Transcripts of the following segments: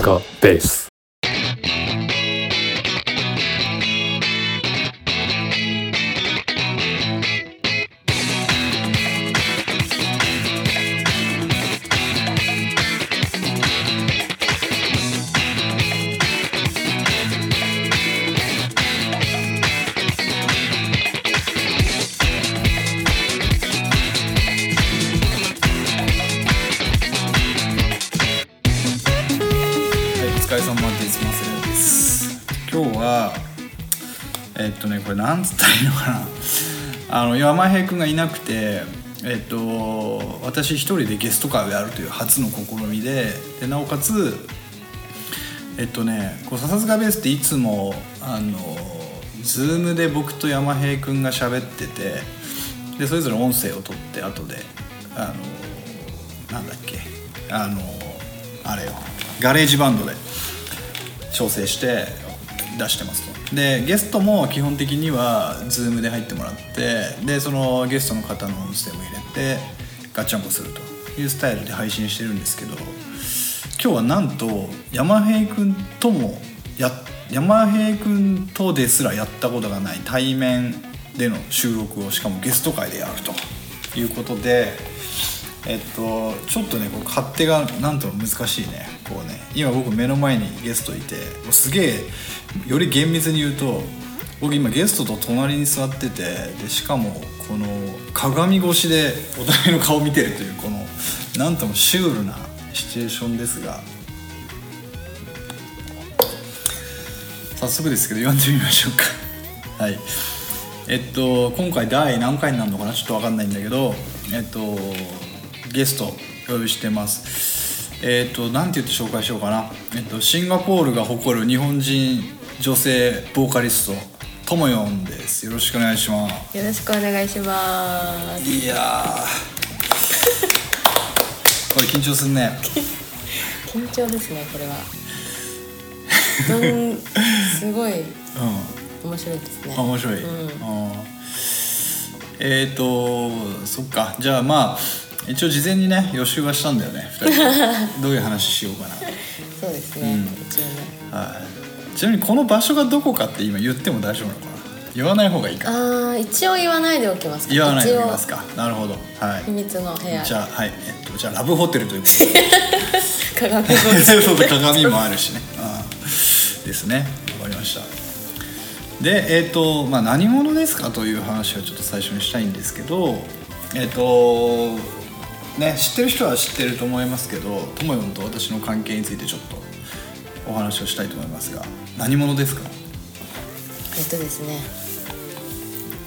カベースはい、お疲れ様です。マセラです。今日は、えっとね、これなんつったらいいのかな。あの、山平くんがいなくて、えっと、私一人でゲスト会をやるという初の試みで、で、なおかつ。えっとね、こう笹塚ベースっていつも、あの、ズームで僕と山平くんが喋ってて。で、それぞれ音声を取って、後で、あの、なんだっけ、あの、あれよ、ガレージバンドで。調整して出してますとでゲストも基本的には Zoom で入ってもらってでそのゲストの方の音声も入れてガッチャンコするというスタイルで配信してるんですけど今日はなんと山平君ともや山平君とですらやったことがない対面での収録をしかもゲスト会でやるということでえっと、ちょっとねこう勝手がなんとも難しいねこうね今僕目の前にゲストいてもうすげえより厳密に言うと僕今ゲストと隣に座っててでしかもこの鏡越しでお互いの顔見てるというこのなんともシュールなシチュエーションですが早速ですけど読んでみましょうか はいえっと今回第何回になるのかなちょっと分かんないんだけどえっとゲストお呼びしてますえっとなんて言って紹介しようかなえっとシンガポールが誇る日本人女性ボーカリストともよんですよろしくお願いしますよろしくお願いします。いや ーこれ緊張すん ね緊張ですね、これは。うん、すごいうん面白いですねあ。面白い、うんあーえっ、ー、とそっかじゃあまあ一応事前にね予習はしたんだよね2人 どういう話しようかそうですね、一応ね。なはいちなみにこの場所がどこかって今言っても大丈夫なのかな言わない方がいいかああ、一応言わないでおきますか。言わないで一お応きますかなるほどはい秘密の部屋。じゃあはい、えっとじゃあラブホテルということで鏡越そうし。 そう鏡もあるしねあーですねわかりましたでえっ、と、まあ、何者ですかという話をちょっと最初にしたいんですけどえっ、とね知ってる人は知ってると思いますけどともよんと私の関係についてちょっとお話をしたいと思いますが何者ですか、えっとですね。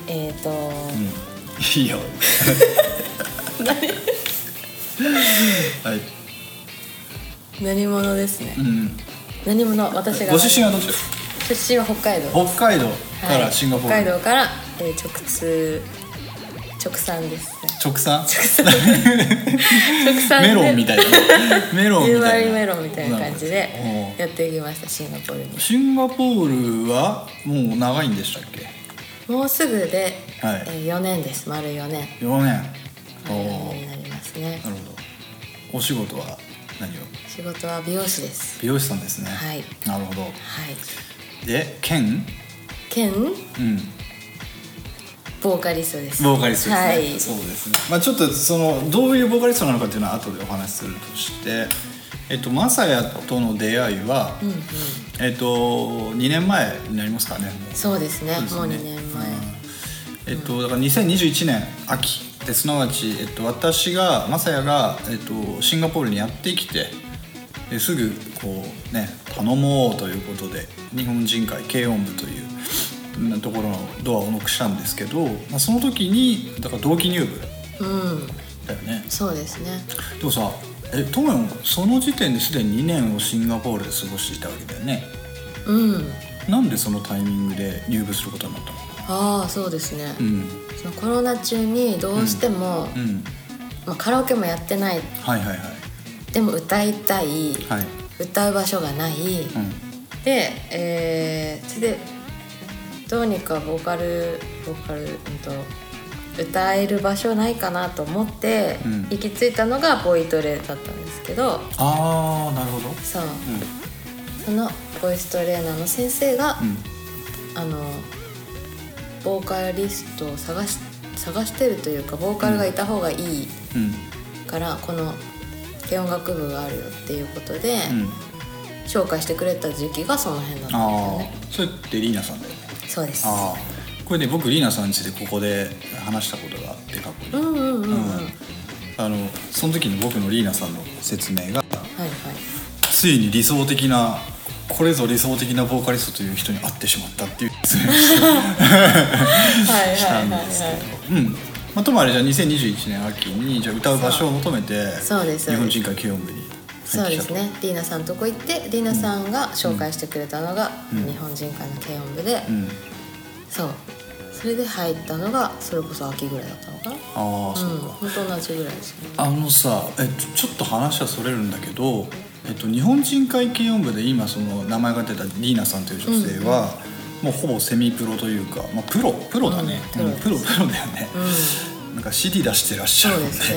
えっ、と、うん、いいよはい、何者ですねう。ん、何者、私が。ご出身はどちら出身は北海道。北海道かはらいシンガポール、北海道から、えー、直通。直産ですね。直産直産でメロン みたいなメロンみ夕たい張なメロンみたいな感じでうんやっていきましたシンガポールにシンガポールはもう長いんでしたっけもうすぐで、はいえー4年です丸4年4年お丸4お年になりますねなるほどお仕事は何を仕事は美容師です美容師さんですねはいなるほどはいで県兼うんボーカリストですボーカリストですね、はいそうですねまあちょっとそのどういうボーカリストなのかっていうのは後でお話しするとしてえっとマサヤとの出会いは、うんうんえっと2年前になりますかねもうそうですねそもううで2すね年前、うんえっとだから2021年秋ですなわち、えっと、私が雅也が、えっと、シンガポールにやってきてですぐこうね頼もうということで日本人会軽音部といううんところのドアをノックしたんですけど、まあ、その時にだから同期入部うん、だよねそうですねでもさえトモヤンその時点ですでに2年をシンガポールで過ごしていたわけだよねうんなんでそのタイミングで入部することになったのああそうですね、うんそのコロナ中にどうしても、うんまあ、カラオケもやってないはいはいはいでも歌いたい、はい歌う場所がない、うで、えーそれでどうにかボーカルボーカル、うん、と歌える場所ないかなと思って、うん行き着いたのがボイトレだったんですけどああなるほど、そう、うそのボイストレーナーの先生が、うんあのボーカリストを探し探してるというかボーカルがいた方がいいうんから、この軽音楽部があるよっていうことで、うん紹介してくれた時期がその辺だったんですよああねそれってリーナさんだよねそうですああこれね僕リーナさんについてここで話したことがあって過去うに、んうんうんうん、うんはいはいあのその時の僕のリーナさんの説明がついに理想的なこれぞ理想的なボーカリストという人に会ってしまったっていう説明をしてはいしたはいんはいですはけど、うんまあ、ともあれじゃあ2021年秋にじゃあ歌う場所を求めてそうです日本人会慶音部にい入そってうきでたすとねリーナさんのとこ行ってリーナさんが紹介してくれたのがうん日本人会の軽音部で、うん、そうそれで入ったのがそれこそ秋ぐらいだったのかなああそううんか、本当同じぐらいですねあのさ、えっと、ちょっと話はそれるんだけど、えっと、日本人会軽音部で今その名前が出たリーナさんという女性は、もうほぼセミプロというか、まあ、プロプロだね、ううんんププロロでプロだよね、なんか CD 出してらっしゃそうるのでです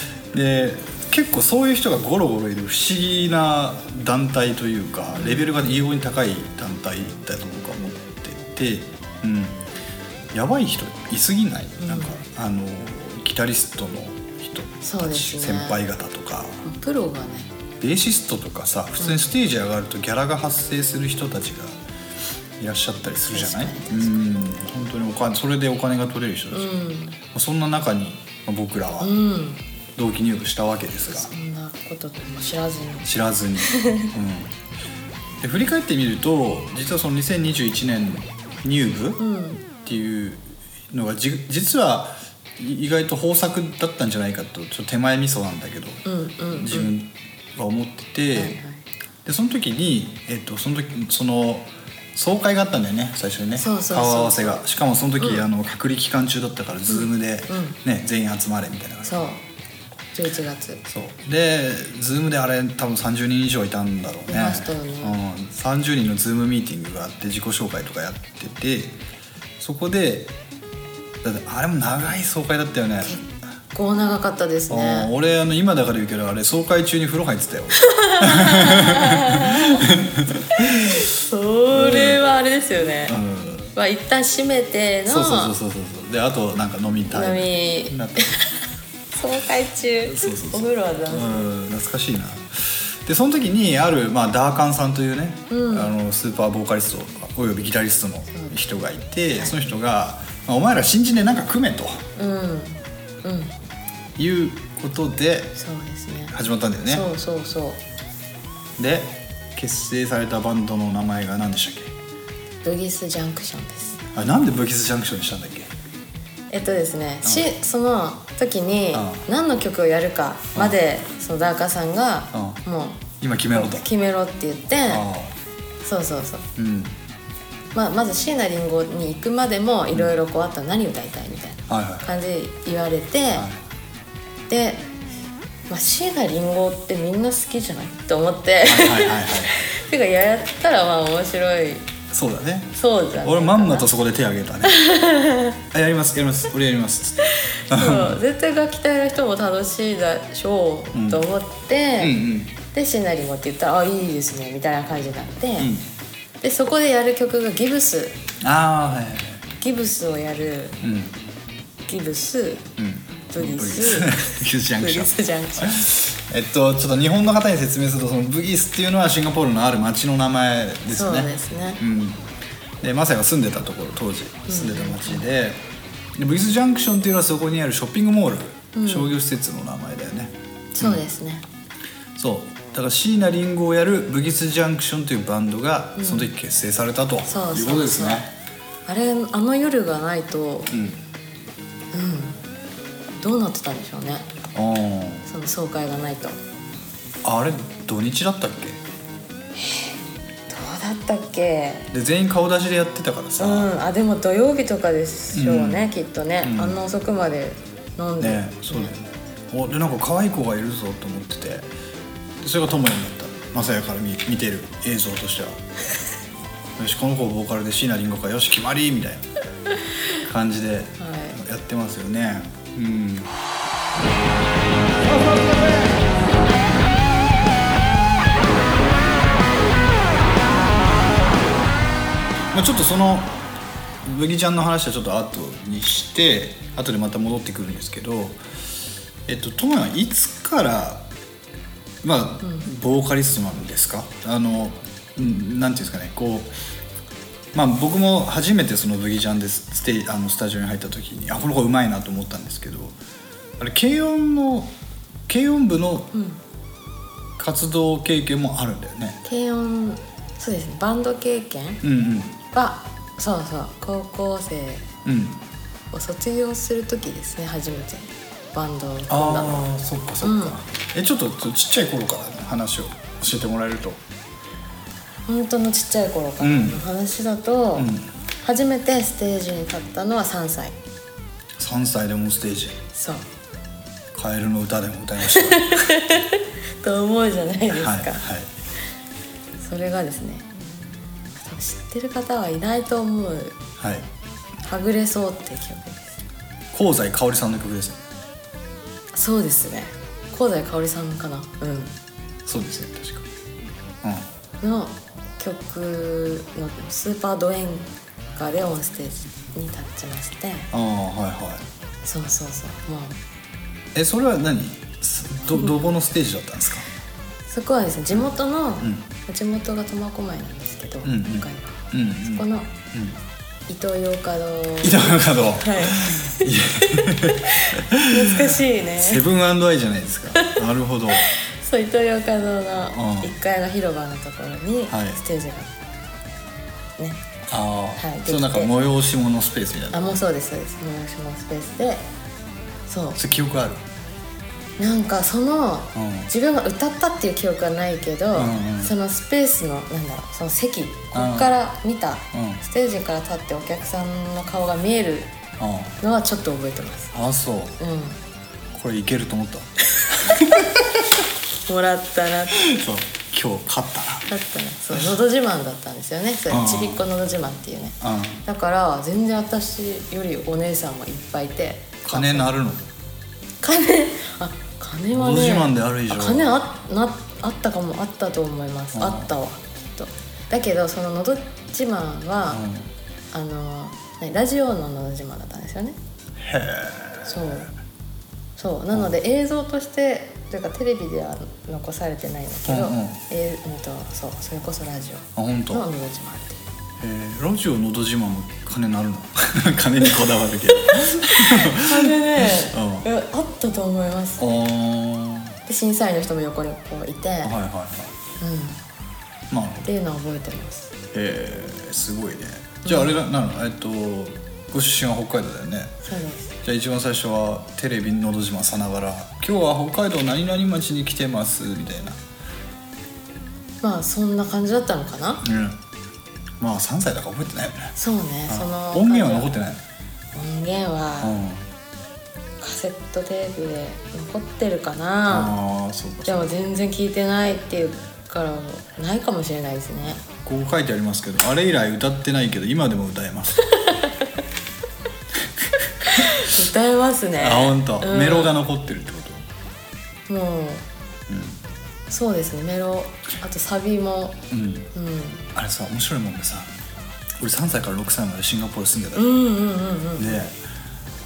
ねで結構そういう人がゴロゴロいる不思議な団体というかレベルが異様に高い団体だと僕は思ってて、うん、やばい人いすぎない、なんかあのギタリストの人そうたでち、すね先輩方とかプロがねベーシストとかさ普通にステージ上がるとギャラが発生する人たちがいらっしゃったりするじゃない確かうん本当にお金それでお金が取れる人たち、まうあそんな中にまあ僕らはんうん同期入部したわけですが。そんなことも知らずに知ら ずに、うん、で振り返ってみると実はその2021年入部うっんていうのがじ実はい意外と豊作だったんじゃないかとちょっと手前味噌なんだけど、うんうん自分は思ってて、はいはいでその時に、えっと、その時その総会があったんだよね最初にねそうそうそう顔合わせがしかもその時、あの隔離期間中だったから Zoom で、ね全員集まれみたいな感じそう11月そうで Zoom であれ多分30人以上いたんだろうねいましたよねうん、30人の Zoom ミーティングがあって自己紹介とかやっててそこでだってあれも長い総会だったよねこう長かったですうねん俺あの今だから言うけどあれ総会中に風呂入って たよそれはあれですよねうんまあ一旦閉めてのそうそうそうそうそうであとなんか飲みたい飲みなった総会中そうそうそうお風呂はだうん懐かしいなでその時にある、まあ、ダーカンさんというね、あのスーパーボーカリストおよびギタリストの人がいてその人が「まあお前ら新人でなんか組め」とうんうんいうことでそうですね始まったんだよねそうそうそうで結成されたバンドの名前が何でしたっブギスジャンクションですけあなんでブギスジャンクションにしたんだっけえっとですね、しその時にう何の曲をやるかまで、そのダーカさんがうも今決めろうと決めろって言ってあそうそうそう、ーうんまあ、まず椎名林檎に行くまでもいろいろこうあと何歌いたいみたいはいなは感じで言われて、で、まあ、椎名林檎ってみんな好きじゃないと思って、いはいはいはいはい てかやったらまあ面白いそうだねそうじゃないかな俺まんまとそこで手挙げたねあやりますやります俺やりますつってそう絶対楽器隊の人も楽しいでしょうと思って、うんうんでシナリもって言ったら「あいいですね」みたいな感じになって、んでそこでやる曲がギブスああはいはいギブスをやるうんうんギブスブギブギススブギス ジャンブクシギョンスジャン クションえっとちょっと日本の方に説明するとそのブギスっていうのはシンガポールのある町の名前ですそよねうですねうん、でマサイが住んでたところ当時住んでた町で,、でブギスジャンクションっていうのはそこにあるショッピングモール、商業施設の名前だよねそうですねそうだから椎名林檎をやるブギスジャンクションというバンドがその時結成されたと、そういうそうこそうとですねあれあの夜がないとうんどうなってたんでしょうねあーその総会がないとどうあれ土日だったっけだったっけで全員顔出しでやってたからさ、うんあでも土曜日とかでしょうね、うきっとね、うんあんな遅くまで飲んで、ねそうだよねおでなんか可愛い子がいるぞと思っててでそれが友也になったまさやから見見てる映像としてはよしこの子ボーカルで椎名林檎かよし決まりみたいな感じでやってますよね、うん「まあ、ちょっとそのブギちゃんの話はちょっと後にして後でまた戻ってくるんですけどえっとトモヤはいつからまあボーカリストなんですかあのうんなんていうんですかねこうまあ僕も初めてそのブギちゃんでステイあのスタジオに入った時にあこの子うまいなと思ったんですけどあれ軽音の軽音部の活動経験もあるんだよね。軽音そうですねバンド経験うんうんはそうそう高校生うんを卒業する時ですね初めてバンドを組んだのああそっかそっか、えちょっとちっちゃい頃からの話を教えてもらえると本当のちっちゃい頃からうんの話だと、うん初めてステージに立ったのは3歳3歳でもステージそう「カエルの歌」 でも歌いましたと思うじゃないですか、はいはいそれがですね多分知ってる方はいないと思うはい「はぐれそう」っていう曲です香西かおりさんの曲ですねそうですね香西かおりさんかなうんそうですね確かの曲のスーパード演歌でオンステージに立ちましてうんああはいはいそうそうそうもうえそれは何すどどこのステージだったんですかそこはですね地元の、ん地元が苫小牧なんですけど、んうん今回は、うんうんそこの伊東洋華堂板の角はい難しいねセブンアイじゃないです かなるほどそう伊東洋華堂のうん1階の広場のところにはいステージが、ねああ、いそのなんかできて催し物スペースみたいあなもうそうですそうです催し物スペースでそうそれ記憶あるなんかその、うん自分が歌ったっていう記憶はないけど、うんうんそのスペースのなんだろうその席ここから見た、うんステージから立ってお客さんの顔が見えるあのはちょっと覚えてますああそううこれいけると思 ったんもらったなってそう今日勝っただったなそう「 のど自慢」だったんですよねそれうんちびっこのど自慢っていうねなうんだから全然私よりお姉さんもいっぱいいて金なるの金あ金はねのど自慢である以上あ金あなあったかもあったと思います、うんあったわきっとだけどその「のど自慢は」あの何ラジオの「のど自慢」だったんですよねへそうそうなので映像としてというかテレビでは残されてないんだけど、うんうんえーうんとそうそれこそラジあ本当オの「のど自慢」ってえー、ラジオのど自慢も金なるの 金にこだわる けどあれね、うえあったと思いますあーで審査員の人も横にこういて、はいはいはうん、っいまあていうのを覚えてますえー、すごいねじゃああれななのえっとご出身は北海道だよねそうですじゃあ一番最初はテレビのど自慢さながら「今日は北海道何々町に来てます」みたいなまあそんな感じだったのかな、うんまあ3歳だから覚えてないよねそうねその音源は残ってないないの音源はうんカセットテープで残ってるかなああそうかでも全然聞いてないっていうからないかもしれないですねここ書いてありますけどあれ以来歌ってないけど今でも歌えます歌えますね あ本当、うんメロが残ってるってこもう、そうですねメロあとサビもとうんうんあれさ面白いもんでさ俺3歳から6歳までシンガポール住んでたうの、んうんうんうんで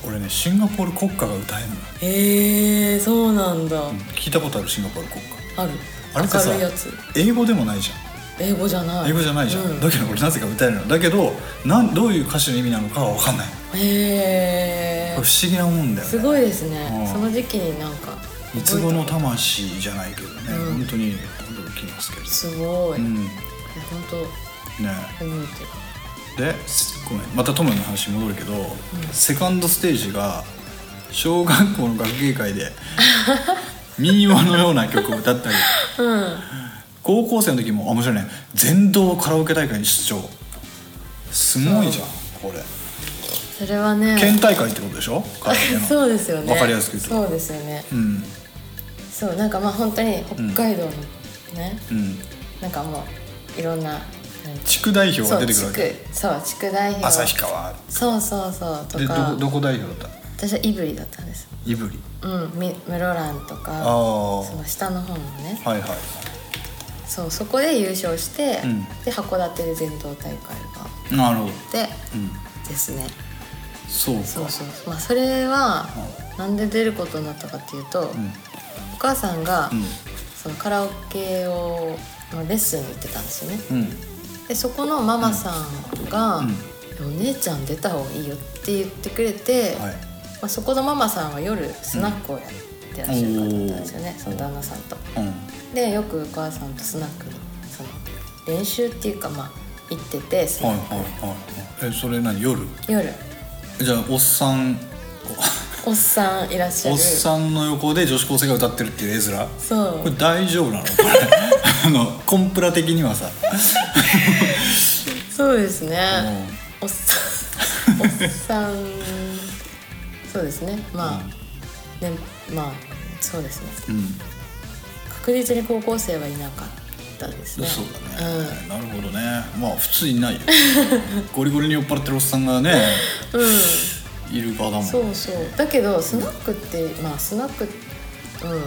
俺ねシンガポール国歌が歌えるのよへえー、そうなんだ、聞いたことあるシンガポール国歌あるあれってさ明るいやつ英語でもないじゃ英語じゃなんい英語じゃないじゃん、うんだけど俺なぜか歌えるのだけどなんどういう歌詞の意味なのかは分かんないへえこれ不思議なもんだよねすごいですね、うんその時期になんか三つ子の魂じゃないけどね、うん本当に驚きますけどすごうい、いんねや本当覚えてるですごめんまたトムの話に戻るけど、セカンドステージが小学校の学芸会 で民謡のような曲を歌ったりうん高校生の時もあ面白いね全道カラオケ大会に出場すごいじゃんこれそれはね県大会ってことでしょカラオケの そうですよねわかりやすく言うとそうですよねうんそうなんかまあ本当に北海道のね、うんなんかもういろんななんか地区代表そが出うてくるわけ地区そう地区代表旭川そうそうそうとでどかこどこ代表だったの私はイブリだったんですイブリうんみ室蘭とかあーその下の方もねはいはいそうそこで優勝して、うんで函館で全道大会があっなるほど、てうん、ですねそうかそうそうまあそれはなんで出ることになったかっていうと、うんお母さんが、うんそのカラオケをのレッスンに行ってたんですよねうんでそこのママさんが、うんお姉ちゃん出た方がいいよ」って言ってくれて、はいまあ、そこのママさんは夜スナックをやってらっしゃる方だったんですよね、うんその旦那さんと。うんでよくお母さんとスナックにその練習っていうかまあ行ってて、スナはいはいッはいはいえそれ何夜ク夜じゃあおっさんおっさんいらっしゃおるっさんの横で女子高生が歌ってるっていう絵面そこれう大丈夫 なのこれあのコンプラ的にはさそうですうね、んおっさんおっさんそうですねまあ、ねまあそうですねうん確実に高校生はいなかったですねそうだね、なるほどねまあ普通いないよゴリゴリに酔っ払ってるおっさんがねうん、うん、いる場だもんそうそうだけどスナックってまあスナックうん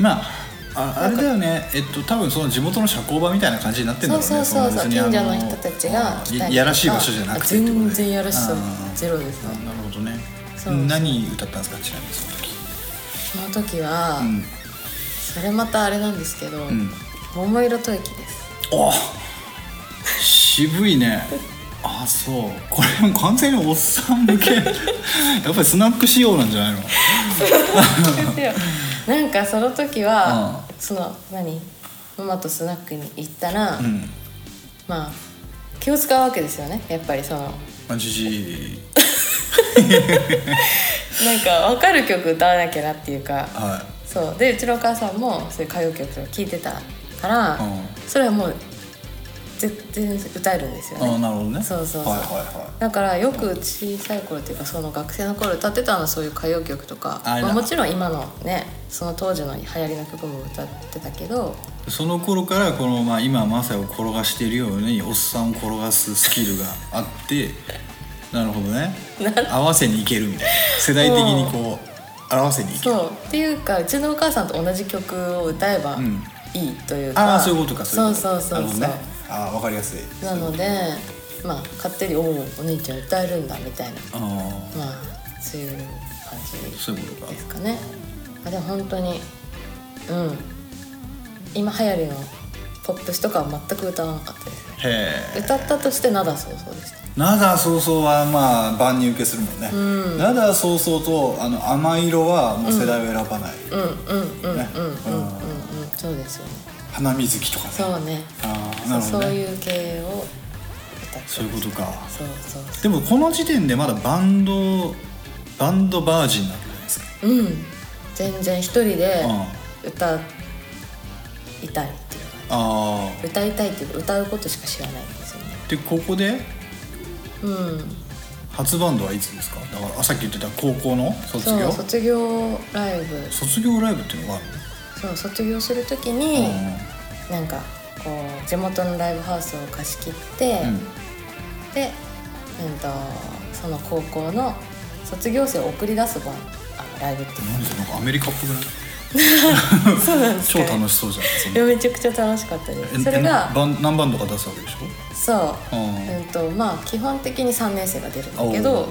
まあああれだよねえっと多分その地元の社交場みたいな感じになってんだろうねそうそうそうそうの別に近所のあ人たちが来たりとかいやらしい場所じゃなくてってことね全然やらしさあーゼロですねなるほどねそうそう何歌ったんですかちなみにその時その時は、うんそれまたあれなんですけど、ん桃色吐息ですお渋いねあそうこれも完全におっさん向け やっぱりスナック仕様なんじゃないのなんかその時は、うその何ママとスナックに行ったら、うんまあ気を使うわけですよねやっぱりそのまあじじいなんか分かる曲歌わなきゃなっていうかはそうでうちのお母さんもそういう歌謡曲とか聴いてたから、うんそれはもう絶対歌えるんですよいあねなるほどねそうそうそうはいはいはいだからよく小さい頃っていうかその学生の頃歌ってたのはそういう歌謡曲とかあれだまあ、もちろん今のねその当時の流行りの曲も歌ってたけどその頃からこの、まあ、今マサイを転がしているようにおっさんを転がすスキルがあってなるほど ね合わせにいけるみたいな世代的にこう合わせにいけるそうっていうかうちのお母さんと同じ曲を歌えばんいいというか、ああそういうことかそういそうことそなうるほそう、どねああわかりやすいなのでまあ勝手に「おおお姉ちゃん歌えるんだ」みたいなああまあそういう感じそういうことかですかねあでも本当にうん今流行りのポップスとかは全く歌わなかったですねへえ歌ったとしてなだそうそうでしたナダ早々はまあ万人受けするもんね、ナダ早々とあの甘い色はもう世代を選ばない、うんうんうんうんうんうんうんねうんそうですよね花水木とかねそうねああそなるうほそどうねいう系を歌ってそういうことかそうそうでもこの時点でまだバンドバンドバージンなんじゃないですか、そううん全然一人でうん、あ歌いたいっていうかあー歌いたいっていうか歌うことしか知らないんですよねでここでうん初バンドはいつですかだからあさっき言ってた高校の卒そう業卒業ライブ卒業ライブっていうのがあるそう卒業する時に、なんかこう地元のライブハウスを貸し切って、うんで、うん、とその高校の卒業生を送り出す番あライブってうん、なんでなんかアメリカっぽくないそうなんです超か、楽しそうじゃんそ いやめちゃくちゃ楽しかったでのすそれえながバン何バンドか出すわけでしょそうう、んうんとまあ、基本的に3年生が出るんだけどおー2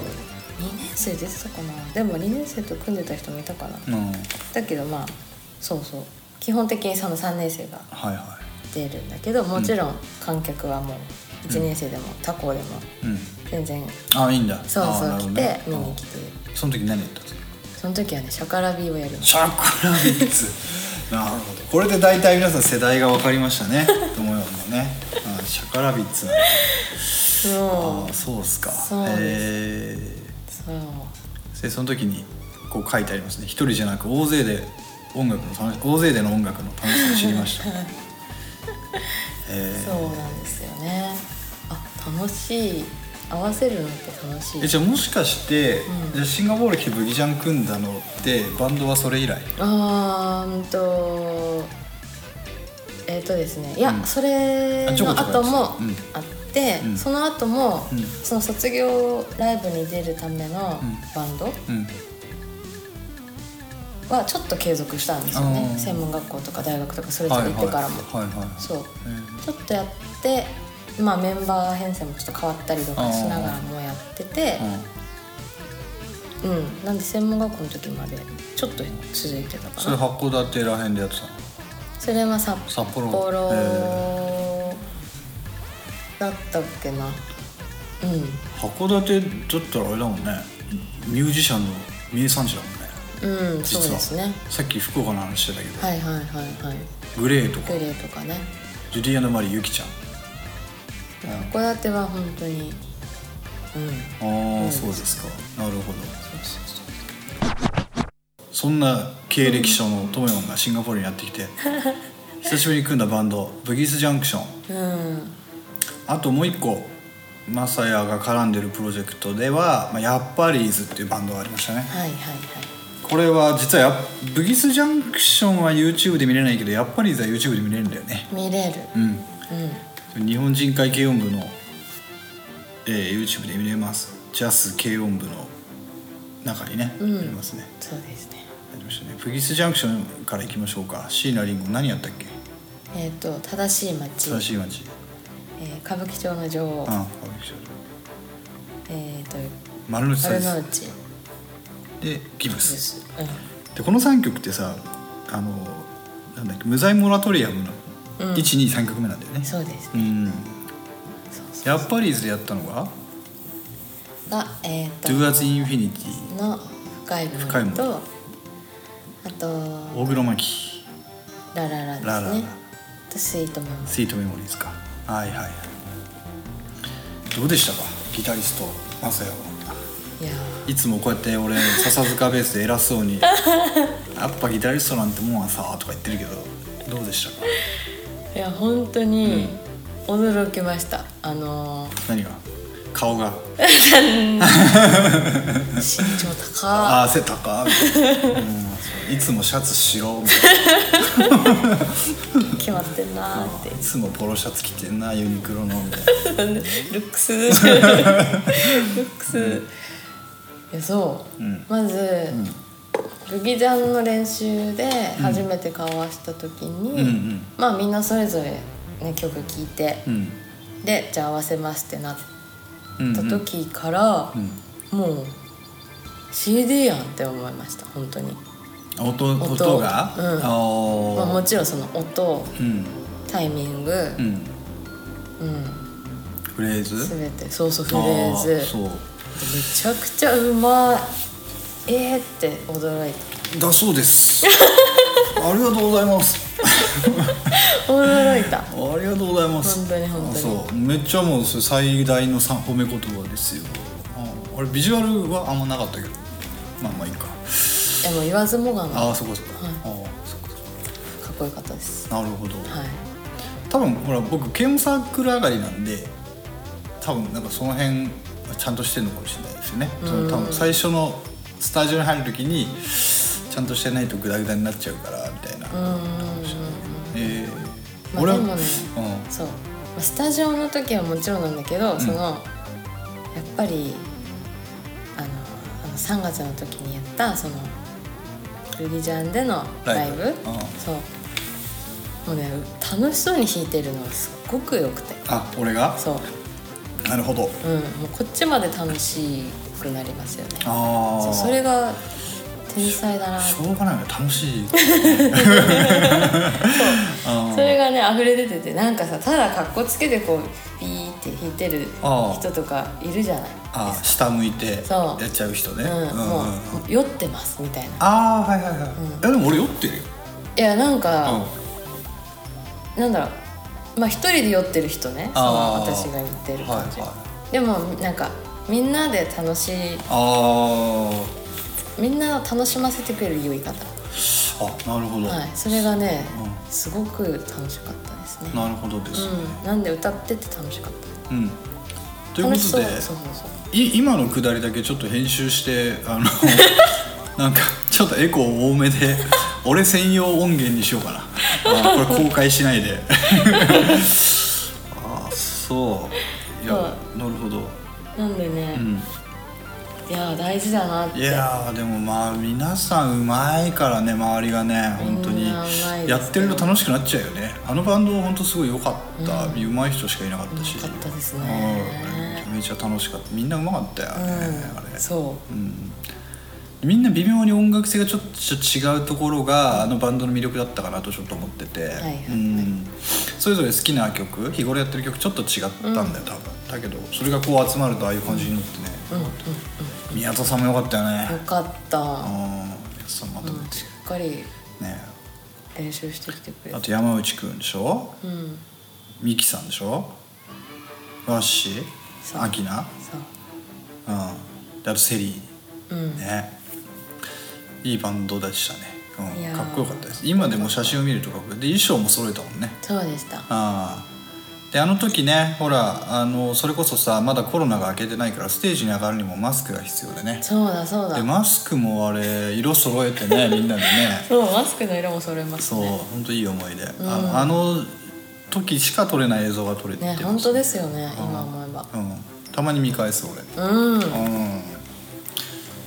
年生出てたかなでも2年生と組んでた人もいたかな、うんはいだけどまあそうそう基本的にその3年生がは出るんだけどもちろん観客はもう1年生でも他校でもいうん全然あいいんだそうあーなそうるほ来どてね見に来てうんその時何やったんですかその時はねシャカラビをやりましシャクラビッツ なるほどこれで大体皆さん世代が分かりました ねと思うようなね、うん、シャカラビッツなんだたもああそうっすかそうですえうそうーでその時にこう書いてありますね一人じゃなく大勢で音楽の楽し大勢での音楽の楽しさを知りま したえそうなんですよねあ楽しい合わせるのって楽しーえいじゃあもしかして、うんじゃあシンガポール来てブギジャン組んだのってバンドはそれ以来あーうんとえっ、とですねいや、うんそれあちょのこちょこやってた後うもんあって、うんその後も、うんその卒業ライブに出るためのうんバンドうんはちょっと継続したんですよねあー専門学校とか大学とかそれぞはれい行ってからも、はいはいはいそうえーちょっとやってまあメンバー編成もちょっと変わったりとかしながらもやっててうんうんなんで専門学校の時までちょっと続いてたそれかな函館らへんでやってたのそれは札札幌幌えだったっけなー函館だったらあれだもんねミュージシャンの名産地だもんねうんうん実はそうですねさっき福岡の話してたけど、はいはいはいはいグレーとかグレーとかねジュディアンドマリーゆきちゃん函館は本当にうんああそうですかなるほどそんな経歴書のトモヨンがシンガポールにやってきて久しぶりに組んだバンドブギースジャンクションうんあともう一個マサヤが絡んでるプロジェクトでは、まあ、やっぱりーズっていうバンドがありましたねはいはいはいこれは実はやブギスジャンクションは YouTube で見れないけどやっぱりーズは YouTube で見れるんだよね見れるうんうん日本人会軽音部の、えー YouTube で見れますジャス軽音部の中にね、んありますねそうですねありましたねプギスジャンクションから行きましょうか椎名林檎何やったっけえっ、と正しい街正しい街えー歌舞伎町の女王ああえっ、と丸の内サイ丸ズの内ででギブスすうでこの3曲ってさあのなんだっけ無罪モラトリアムのうん123曲目なんだよねんそうですうんそうそやっぱりいずれやったのがうがえっ、 「と Do As Infinity の深い部深い分部と分あと大黒摩季ラララですねラララとスイートメモ」 「Sweet Memories」かはいはいどうでしたかギタリストマサヤはいやいつもこうやって俺笹塚ベースで偉そうに「 やっぱギタリストなんてもんはさ」とか言ってるけどどうでしたかーいや本当に驚きました、あの何が顔がー身長「高あー背高」みたいな、うんそういつもシャツ白」みたいな。決まってんなーっていつもポロシャツ着てんなユニクロのみたいルックス ルックス、いやそう、うんまず、ブギジャンの練習で初めて顔合わせた時に、うんうんまあみんなそれぞれ、ね、曲聴いて、んでじゃあ合わせますってなっうんうんた時から、もう CD やんって思いました本当に、な音音音がうんあーまあ、もちろんその音うんタイミング、うんうん、フレーズ全てそうそうフレーズあそうめちゃくちゃうまいえー、って驚いだそうです ありがとうございますた驚いたありがとうございます本当に本当にあそうめっちゃもうそれ最大のさ褒め言葉ですよああれビジュアルはあんまなかったけどまあまあいいかでもう言わずもがなかああそこそこ、ああそこそこっこよかったですなるほど、はい多分ほら僕ケムサークル上がりなんで多分なんかその辺ちゃんとしてるのかもしれないですよね、その多分最初のスタジオに入る時にちゃんとしてないとグダグダになっちゃうからみたいな、うーえーまあ俺は、でもねうんんそうまあスタジオの時はもちろんなんだけど、そのやっぱりあのあの3月の時にやったそのルギジャンでのライブライブあそうもうね楽しそうに弾いてるのがすっごく良くてあ俺がそうなるほどうん、もうこっちまで楽しくなりますよね。あそあうそれが天才だな。しそょうがないよ楽し いあーれがね溢れ出ててなんかさただ格好つけてこうビーって弾いてるあー人とかいるじゃない。あー下向いてそうやっちゃう人ねうん、うんうんもうんう酔ってますみたいな。ああはいはいはい、いやでも俺酔ってるよ、いやなんうんか、なんだろうまあ一人で酔ってる人ね。そのあー私が言ってる感じ。はいはでもなんかみんなで楽しいああみんなを楽しませてくれる酔い方。あなるほど、はい、それがね、うすごく楽しかったですね。なるほどです、うん、なんで歌ってて楽しかっうんとた。いうこ楽しとそう。でそうそうそう。い今のくだりだけちょっと編集してあの なんかちょっとエコー多めで俺専用音源にしようかなあこれ公開しない でああそういやなるほどなんでね、うんいやー大事だなっていやーでもまあ皆さんうまいからね周りがね本当みにんなうまいですねやってると楽しくなっちゃうよねあのバンド本当すごい良かった、うまい人しかいなかったしうまかったですねねめちゃめちゃ楽しかったみんなうまかったよね、あうんれそみんな微妙に音楽性がちょっと違うところがあのバンドの魅力だったかなとちょっと思ってて、はいはいうんそれぞれ好きな曲日頃やってる曲ちょっと違ったんだよ、多分だけどそれがこう集まるとああいう感じになってね、宮田さんもよかったよねうよかったうん宮田さんまたねしっかり練習してきてくれあたと山内くんでしょうんミキさんでしょワッシーそうアキナそううんであとセリうーんねいいバンドでしたね、いうん、やーかっこよかったです今でも写真を見るとかっこよいいで衣装も揃えたもんねそうでしたああであの時ねほらあのそれこそさまだコロナが明けてないからステージに上がるにもマスクが必要でねそうだそうだでマスクもあれ色揃えてねみんなでねそうマスクの色も揃えましそたう、ね本当いい思い出、ああの時しか撮れない映像が撮れてねます本当ですよね今思えばうん、たまに見返す俺うんうん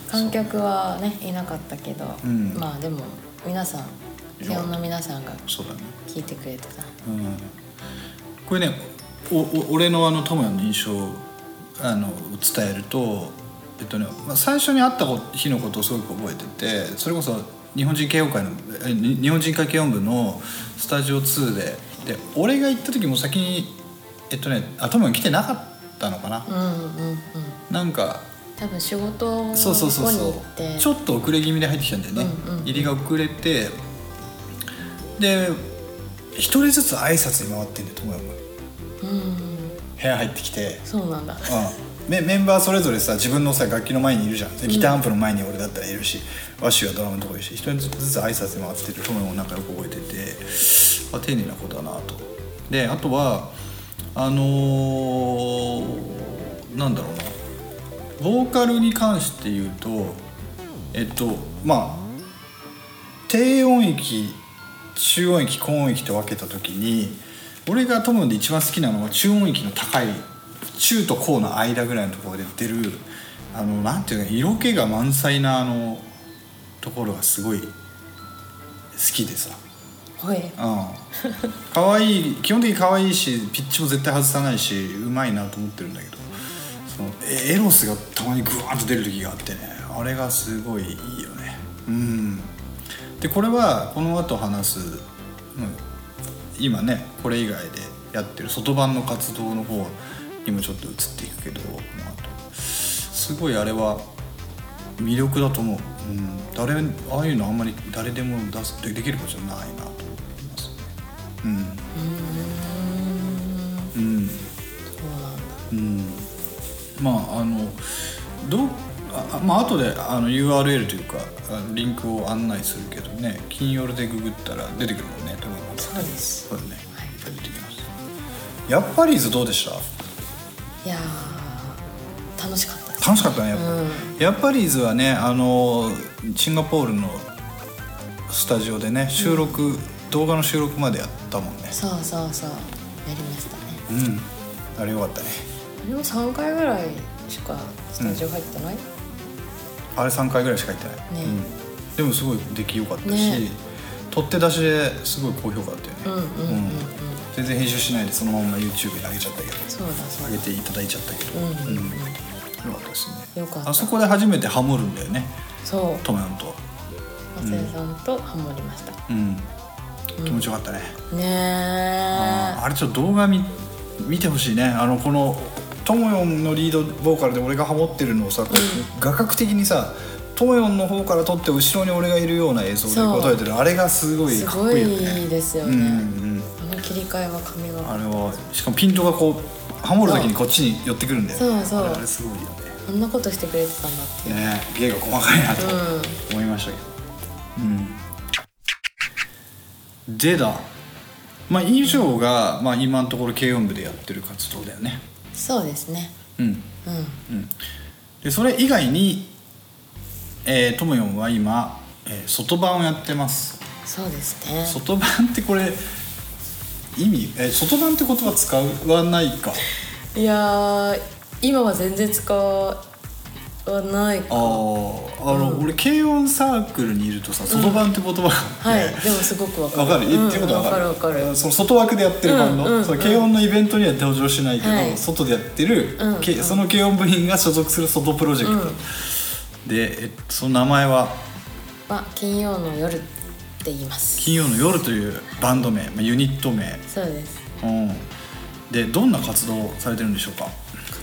観客はねいなかったけどうんまあでも皆さんい日や本の皆さんがそうだね聞いてくれてたうんこれねおお俺のあの智也の印象をあの伝えるとえっとね、まあ、最初に会ったこ日のことをすごく覚えててそれこそ日本人慶応会のえに日本人会慶応部のスタジオ2でで俺が行った時も先にえっとねあ智也来てなかったのかな、うんうんうんなんか多分仕事後にそうそうそうそ行うってちょっと遅れ気味で入ってきたんだよね、うんうんうん入りが遅れてで一人ずつ挨拶に回ってんだよ友也もうん部屋入ってきて、そうなんだうん、メメンバーそれぞれさ自分のさ楽器の前にいるじゃんでギターアンプの前に俺だったらいるし、ワッシュはドラムのとこいるし一人ずつ挨拶に回ってる友也もなんかよく覚えててあ丁寧な子だなとであとはあのーなんだろうなボーカルに関して言うとえっとまあ低音域中音域高音域と分けた時に俺がトムで一番好きなのは中音域の高い中と高の間ぐらいのところで出るあのなんていうか色気が満載なあのところがすごい好きでさ。ほいうん、可愛い基本的に可愛いしピッチも絶対外さないしうまいなと思ってるんだけどそのエエロスがたまにグワーンと出る時があってねあれがすごいいいよねうんでこれはこの後話す、うん、今ねこれ以外でやってる外版の活動の方にもちょっと移っていくけどこの後すごいあれは魅力だと思う、うん、誰ああいうのあんまり誰でも出すでできることじゃないなと思いますねうんうんそううなんだんまああのどうああまあ後であの URL というかあのリンクを案内するけどね金曜日でググったら出てくるもんね多分そうですそうだね、はいいっぱい出てきますやっぱりーズどうでしたいやー楽しかったです楽しかったねやっぱ,、うんやっぱりーずはねあのシンガポールのスタジオでね収録、動画の収録までやったもんねそうそうそうやりましたねうんあれよかったねあれも3回ぐらいしかスタジオ入ってない、あれ3回ぐらいしか行ってない、ねうん、でもすごい出来良かったし、ね取って出しですごい高評価だったよね、うんうんうんうん全然編集しないでそのまま YouTube に上げちゃったけどそうだそう上げていただいちゃったけど、だうんうんうん良かったですねよかったあそこで初めてハモるんだよねそうトムヤムと、松江さんとハモりました、うん、気持ちよかったね、ねあえーあれちょっと動画見見てほしいねあのこのトモヨンのリードボーカルで俺がハモってるのをさ、画角的にさトモヨンの方から撮って後ろに俺がいるような映像でそう答えてるあれがすごいすかっごこいいよねいですようんね、うん、あの切り替えは髪があれはしかもピントがこうハモる時にこっちに寄ってくるんだよねそうそうあれあれすごいよねあんなことしてくれてたんだっていう、ね芸が細かいなとうん思いましたけどうんでだまあ以上が、まあ、今のところ軽音部でやってる活動だよねそうですねうんうんうんでそれ以外に、えー、トムヨンは今、えー外版をやってますそうですね外版ってこれ意味、えー外版って言葉使わないかいやー今は全然使わはないかあーあの、うん俺軽音サークルにいるとさ外バンって言葉があはって、いでもすごくわかわかるるう言んってることわかる,、わかるわかるその外枠でやってるバンド、うんうんうんその軽音のイベントには登場しないけど、はい外でやってる、うんうんけその軽音部員が所属する外プロジェクト、うんで、えっと、その名前はは金曜の夜って言います金曜の夜というバンド名、まあ、ユニット名、そうですうん、でどんな活動をされてるんでしょうか、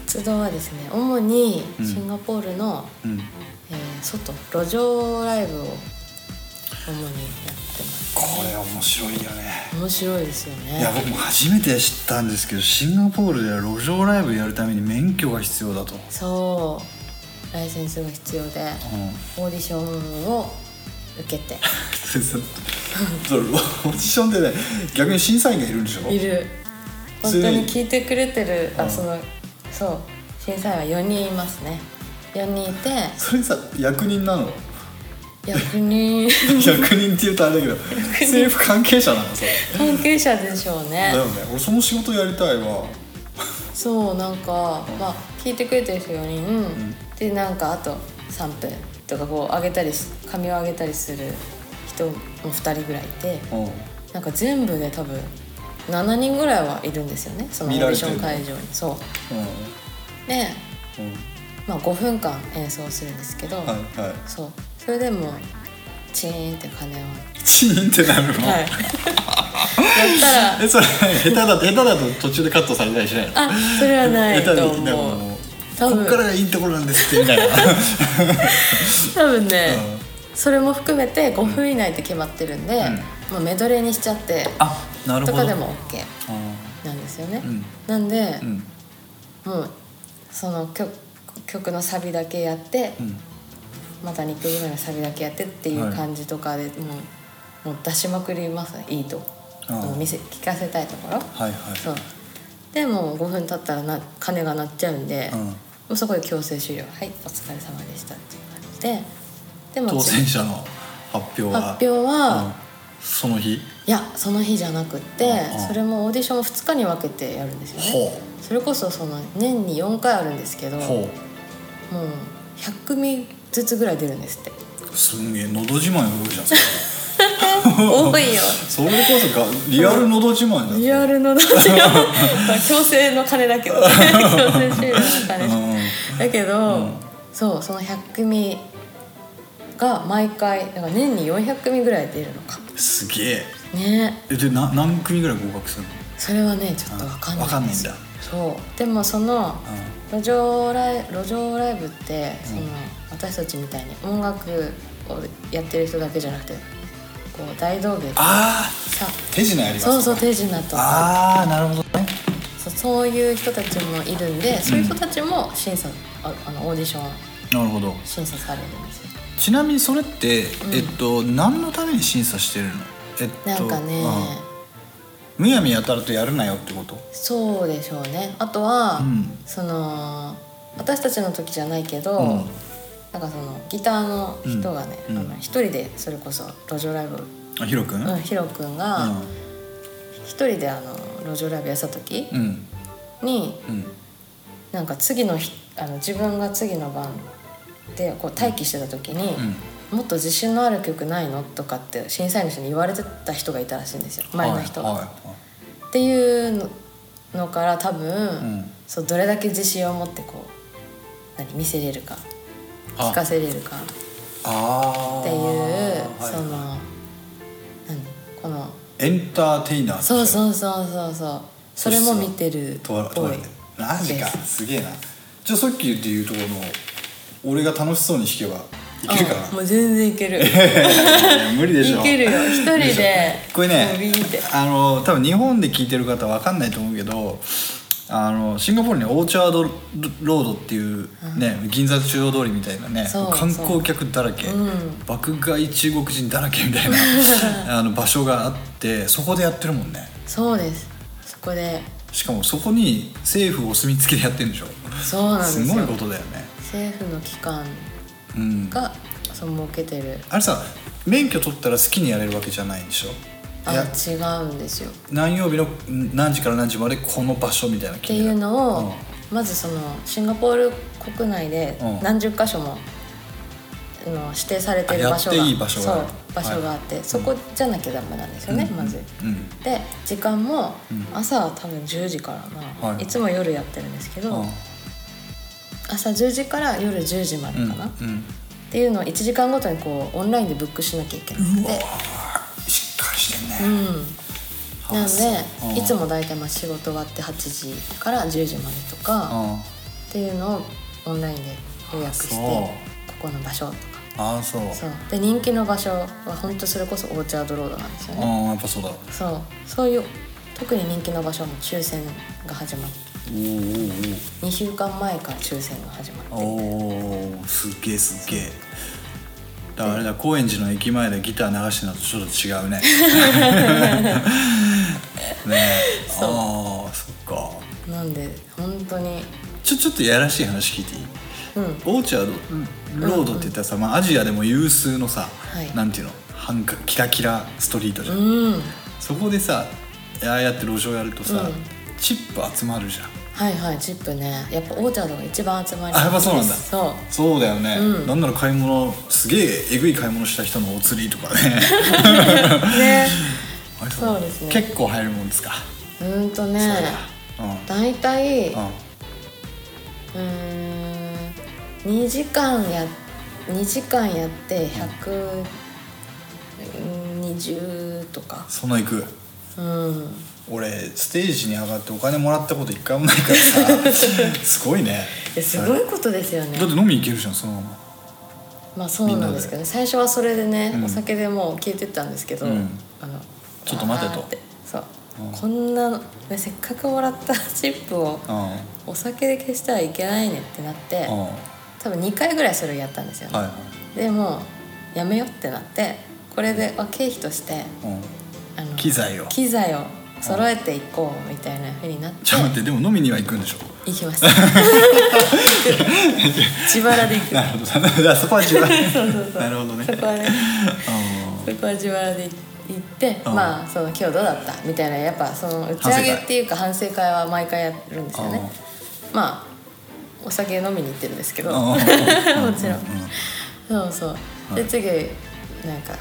活動はですね主にうんシンガポールの、うん、えー外路上ライブを主にやってますこれ面白いよね面白いですよねいや僕も初めて知ったんですけどシンガポールでは路上ライブやるために免許が必要だと、そうライセンスが必要でうん、オーディションを受けて それさそれオーディションでね逆に審査員がいるんでしょいる本つい当に聞いてくれてるうんあそのそう審査員は4人いますね4人いてそれさ役人なの 役人役人って言うとあれだけど政府関係者なのそれ関係者でしょうねだよね俺その仕事やりたいわそうなんか、まあ、聞いてくれてる人4人、んでなんかあと3分とかこう上げたりし髪を上げたりする人も2人ぐらいいてうんなんか全部で多分7人ぐらいはいるんですよねそのオ見ーらディれてシるョン会場にそうで、うんうんまあ、5分間演奏するんですけど、はいはそうそれでもうチーンって鐘を、いチーンってなるの、はい、やった らえそれ下手だと下手だと途中でカットされたりしないのあそれはない下手とにな思んかうもう多こ分っからがいいところなんですってみたいな 多分ね、それも含めて5分以内って決まってるんで、んまあ、メドレーにしちゃってあなるとほどかでも OK あなんですよね、うんなんでーう、んもうその曲曲のサビだけやって、うんまた2曲目のサビだけやってっていう感じとかで、もうもう出しまくりますねいいとあー見せ聞かせたいところ、はいはいそうでもう5分経ったらな鐘が鳴っちゃうんで、うんもうそこで強制終了はいお疲れ様でしたっていう感じででも当選者の発表は発表は、うんその日いやその日じゃなくってああそれもオーディションを2日に分けてやるんですよねほそれこそその年に4回あるんですけどうもうほ100組ずつぐらい出るん ですってうすんげえ「のど自慢」やるじゃん多いよそれこそがリアル「のど自慢」だリアルのどう しようまあ強制の金だけどね強制終了の金うんだけど、うんそうその100組が毎回だから年に400組ぐらい出るのかすげえねえでな何組ぐらい合格するのそれはねちょっと分かんわかないんないんでんすだよそうでもその路上ライ路上ライブってその、私たちみたいに音楽をやってる人だけじゃなくてこう大道芸さああ手品やりますそうそう手品とかああなるほどねそうそういう人たちもいるんで、そういう人たちも審査ああのオーディションなるほど審査されるんですよちなみにそれって、えっと何のために審査してるのえっとなんかね、うんむやみやたらとやるなよってことそうでしょうねあとは、うんその私たちの時じゃないけど、うんなんかそのギターの人がね、うんあの一人でそれこそ路上ライブ、あヒロ君うん、ヒロ君が、一人であの路上ライブやってた時うんうんに、うんなんか次の日あの自分が次の番でこう待機してた時に、もっと自信のある曲ないのとかって審査員の人に言われてた人がいたらしいんですよ前の人が。はいはいはいっていうののから多分、んそうどれだけ自信を持ってこう何見せれるかあ聞かせれるかっあていう、ーそのはい何このエンターテイナーとしてそうそうそうそうそうそれも見てるっ問わ問ぽわいれてるマジかですげえなじゃあさっきで言うとこの俺が楽しそうに弾けばいけるかあもう全然いける な無理でしょいけるよ一人いいでこれもうビねーってあの多分日本で聞いてる方わかんないと思うけどあのシンガポールにオーチャードロロードっていうね、銀座中央通りみたいなねそう観光客だらけ、ん爆買い中国人だらけみたい なあの場所があってそこでやってるもんねそうですそこでしかもそこに政府お墨付きでやってるんでしょそうなんですすよごいことだよね政府の機関うんがそう設けてるあれさ免許取ったら好きにやれるわけじゃないんでしょあいや違うんですよ何曜日のん何時から何時までこの場所みたいなっっていうのを、うんまずそのシンガポール国内でうん何十箇所も、あの指定されてる場所がやっていい場所があるそう場所があって、そこじゃなきゃダメなんですよね、まず。うんで時間もうん朝は多分10時からな、はいい、つも夜やってるんですけど、うん朝10時から夜10時までうんかな、っうんていうのを1時間ごとにこうオンラインでブックしなきゃいけなくてしっかりしてんねうんなあんそううんでいつも大体まあ仕事終わって8時から10時までとうかんっていうのをオンラインで予約してあこそこの場所とかああそうそうで人気の場所は本当それこそオーチャードロードなんですよねああやっぱそうだおそうそういう特に人気の場所はもう抽選が始まってー2週間前から抽選が始まっておーおーおーすっげえすっげえだからあれだ高円寺の駅前でギター流してるのとちょっと違う ねねえそうああそっかなんで本当にちょちょっとやらしい話聞いていいうんオーチャードロードって言ったらさ、まあ、アジアでも有数のさ、はいなんていうの繁華キラキラストリートじゃん、うんそこでさああやって路上やるとさ、うんチップ集まるじゃんはいはいチップねやっぱオーチャードが一番集まりあやっぱそうなんだそうそうだよね、うんなんなら買い物すげええぐい買い物した人のお釣りとかね ね あれそうですね結構入るもんですかうーんとねうんうん大体うーん2時間や2時間やって120とかその行くうん俺ステージに上がってお金もらったこと一回もないから さすごいねいやすごいことですよねだって飲み行けるじゃんそのまままあそうなんですけどね最初はそれでね、うんお酒でもう消えてったんですけど、うんあのちょっと待てとわーってそう、うんこんな、ね、せっかくもらったチップをうんお酒で消してはいけないねってなってうん多分2回ぐらいそれをやったんですよ、ねはいでもうやめようってなってこれであ経費としてうんあの機材を機材を揃えていこうみたいなふうになってちょっと待ってでも飲みには行くんでしょ行きました 自腹で行くなるほど だからそこは違うなるほどね そこはねうんそこは自腹で行って、うんまあその今日どうだったみたいなやっぱその打ち上げっていうか反省会は毎回やるんですよねまあお酒飲みに行ってるんですけど もうんちろんうんそうそうはでい次なんか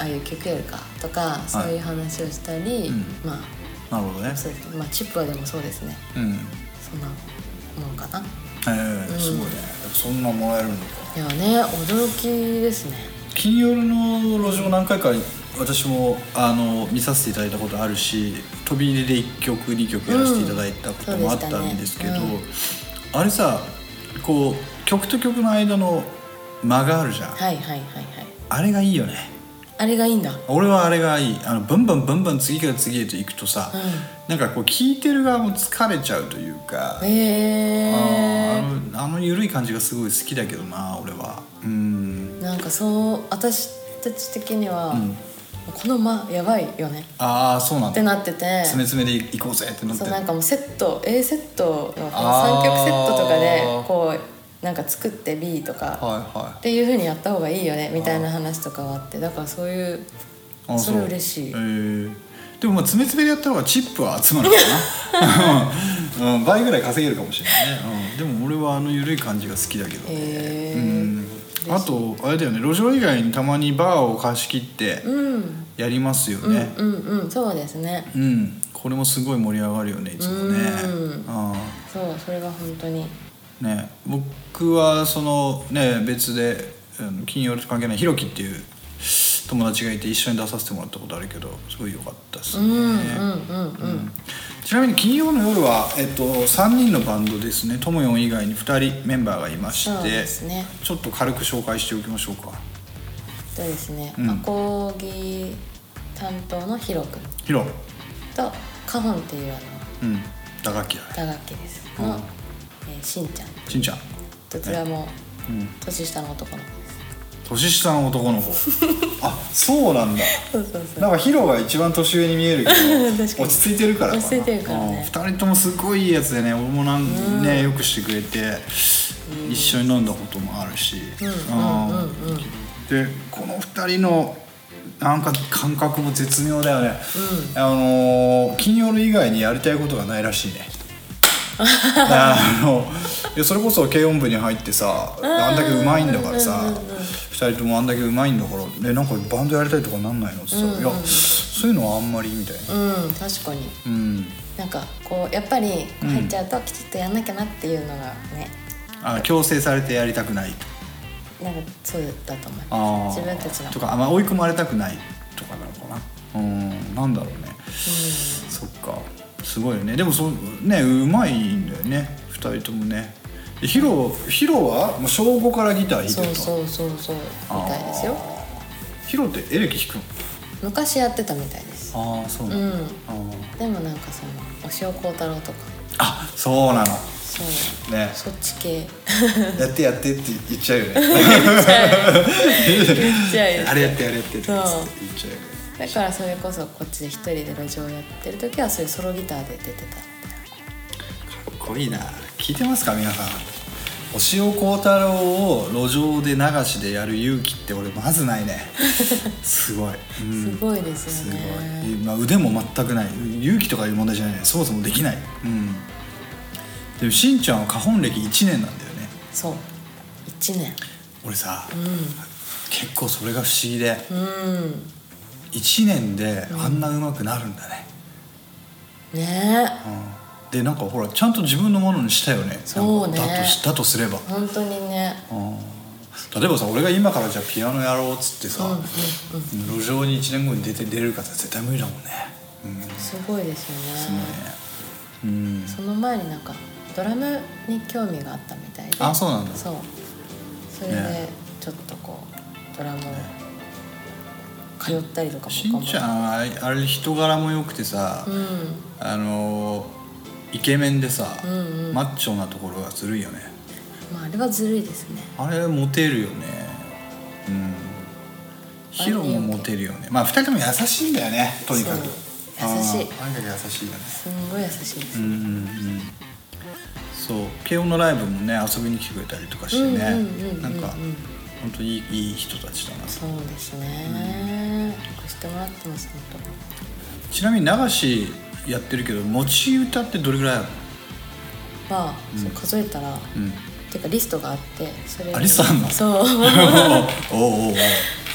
ああいう曲やるかとかそういう話をしたり、うんまなるほどねあそうですまあチップはでもそうですねうんそんなもんかなええすごいねそんなもらえるのかいやね驚きですね金曜日の路上何回か私もあの見させていただいたことあるし飛び入りで1曲2曲やらせていただいたこともあったんですけど、うんそうであれさこう曲と曲の間の間があるじゃん、はいはいはいはいあれがいいよねあれがいいんだ俺はあれがいいあのバンバンバンバン次から次へと行くとさ、なんかこう聴いてる側も疲れちゃうというか、へえあーあのあの緩い感じがすごい好きだけどな俺はうんなんかそう私たち的には、んこの間やばいよねああそうなんっだてなってて詰め詰めで行こうぜってなってそうるなんかもうセット A セットのこのあー3曲セットとかでこうなんか作って B とかはいはっていう風にやった方がいいよねみたいな話とかはあってだからそういういあそれ嬉しいえーでもまあ詰め詰めでやった方がチップは集まるか な、うん、倍ぐらい稼げるかもしれないね、うん、でも俺はあの緩い感じが好きだけどね、へうーんあとあれだよね路上以外にたまにバーを貸し切ってうんやりますよね、うんうんそうですねうん、これもすごい盛り上がるよねいつもねうんあそうそれが本当にあね僕はそのね別であの金曜日と関係ないひろきっていう友達がいて一緒に出させてもらったことあるけどすごい良かったですうんね、うんうんうんちなみに金曜の夜は、えっと、3人のバンドですねともよん以外に2人メンバーがいましそうて、ですねちょっと軽く紹介しておきましょうかそうですねうんアコギ担当のヒロ君ひろとカホンっていうあのうん打楽器だね打楽器ですの、えーしんちゃんしんちゃん、どちらもうん、年下の男の子です年下の男の 子あそうなんだそうそうそうなんかヒロが一番年上に見えるけ 確かにど落ち着いてるからかな落ち着いてるからねうん二人ともすごいいいやつでね俺もなん、ねよくしてくれて一緒に飲んだこともあるし、うんでこの二人のなんか感覚も絶妙だよね、あのー金曜日以外にやりたいことがないらしいねあのいやそれこそ軽音部に入ってさあんだけうまいんだからさ2人ともあんだけうまいんだから「えなんかバンドやりたいとかなんないの?」ってさ「いやそういうのはあんまり」みたいな。うん確かにうんなんかこうやっぱり入っちゃうときちっとやんなきゃなっていうのがね、あ強制されてやりたくないとなんかそうだと思いあーます自分たちのとかあんま追い込まれたくないとかなのかなうんなんだろうねそっかすごいよねでもそうねうまいんだよね2人ともねでヒロヒロはもう小5からギター弾いてそるうとそうそうそうみたいですよあーヒロってエレキ弾く昔やってたみたいですのああそううなんだ、んあーでもなんかその押尾幸太郎とかあそうなのそうねそっち系やってやってって言っちゃうよねちゃうよあれやってあれやってって言っそうちゃうよね だからそれこそこっちで一人で路上やってる時はそういうソロギターで出てたかっこいいな聞いてますか皆さん押尾幸太郎を路上で流しでやる勇気って俺まずないねすごい、 うんすごいですすよごいねまあ、腕も全くない勇気とかいう問題じゃないねそもそもできないうんでもしんちゃんは花本歴1年なんだよねそう1年俺さ、結構それが不思議でうん1年であんな上手くなるんだね、ねえうんでなんかほらちゃんと自分のものにしたよねそうねなんかだとしだとすれば本当にね例えばさ俺が今からじゃあピアノやろうっつってさ、路上に1年後に出て出る方絶対無理だもんねうんすすごいですよごいねねうんその前になんかドラムに興味があったみたいであそうなんだそうそれでねちょっとこうドラムを通ったりとかもしんちゃんんはあれ人柄も良くてさ、うんあのーイケメンでさ、んマッチョなところがずるいよねまああれはずるいですねあれモテるよねうんヒロもモテるよねまあ2人とも優しいんだよねとにかくそうあー優しいとにかく優しいよねすんごい優しいです、うんうんうんそう慶応のライブもね遊びに来てくれたりとかしてねうんうんうんうんうんなんか本当にいいいい人たちだなそうですね、よくしてもらってます本ちなみに流しやってるけど持ち歌ってどれぐらいあるの当まあ、そう数えたら、んっていうかリストがあってそれあリストあんのそう おうおうおう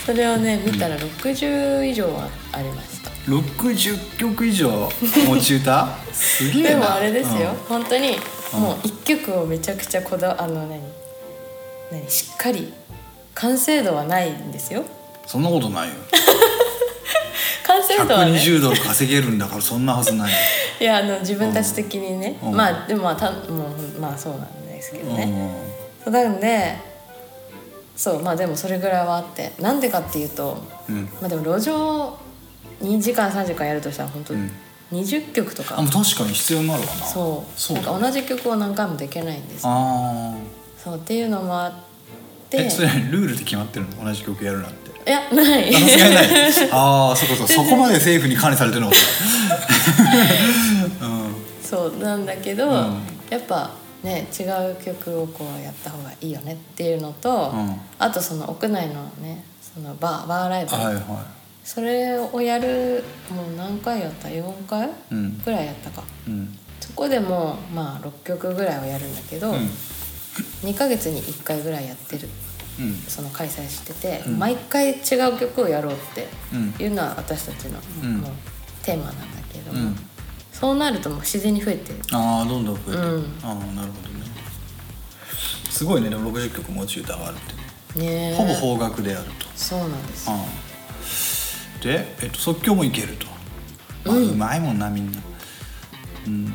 それをね見たら60以上はありました60曲以上持ち 歌すげえなでもあれですよ、うん本当にもう一曲をめちゃくちゃこだわあの何何しっかり完成度はないんですよそんなことないよ完成度はね120ドル稼げるんだからそんなはずないよいやあの自分たち的にね、うんまあでもまあたもうまあそうなんですけどう ね、んそうなんでそうまあでもそれぐらいはあってなんでかっていうとうんまあでも路上2時間3時間やるとしたら本当ん20曲とか、あもう確かに必要になるわなそうそうなんか同じ曲を何回もできないんですああそうっていうのもあってえそれルールで決まってるの同じ曲やるなんていや ないあさすがにないああそうかそうかそこまで政府に管理されてる のかうそうなんだけど、んやっぱね違う曲をこうやった方がいいよねっていうのと、うんあとその屋内のねそのバーバーライブ、んはいはそれをやるもう何回やった4回いうんぐらいやったかうんそこでもまあ6曲ぐらいはやるんだけど、うん2ヶ月に1回ぐらいやってるうんその開催してて、うん毎回違う曲をやろうってうんいうのは私たちの、うんもうテーマなんだけどうも、んそうなるともう自然に増えてああどんどん増えてる、うんああなるほどねすごいねでも60曲持ち歌があるってね、ねほぼ方角であるとそうなんですああで、えっと、即興もいけると、まあうまいもんなみんな、うん、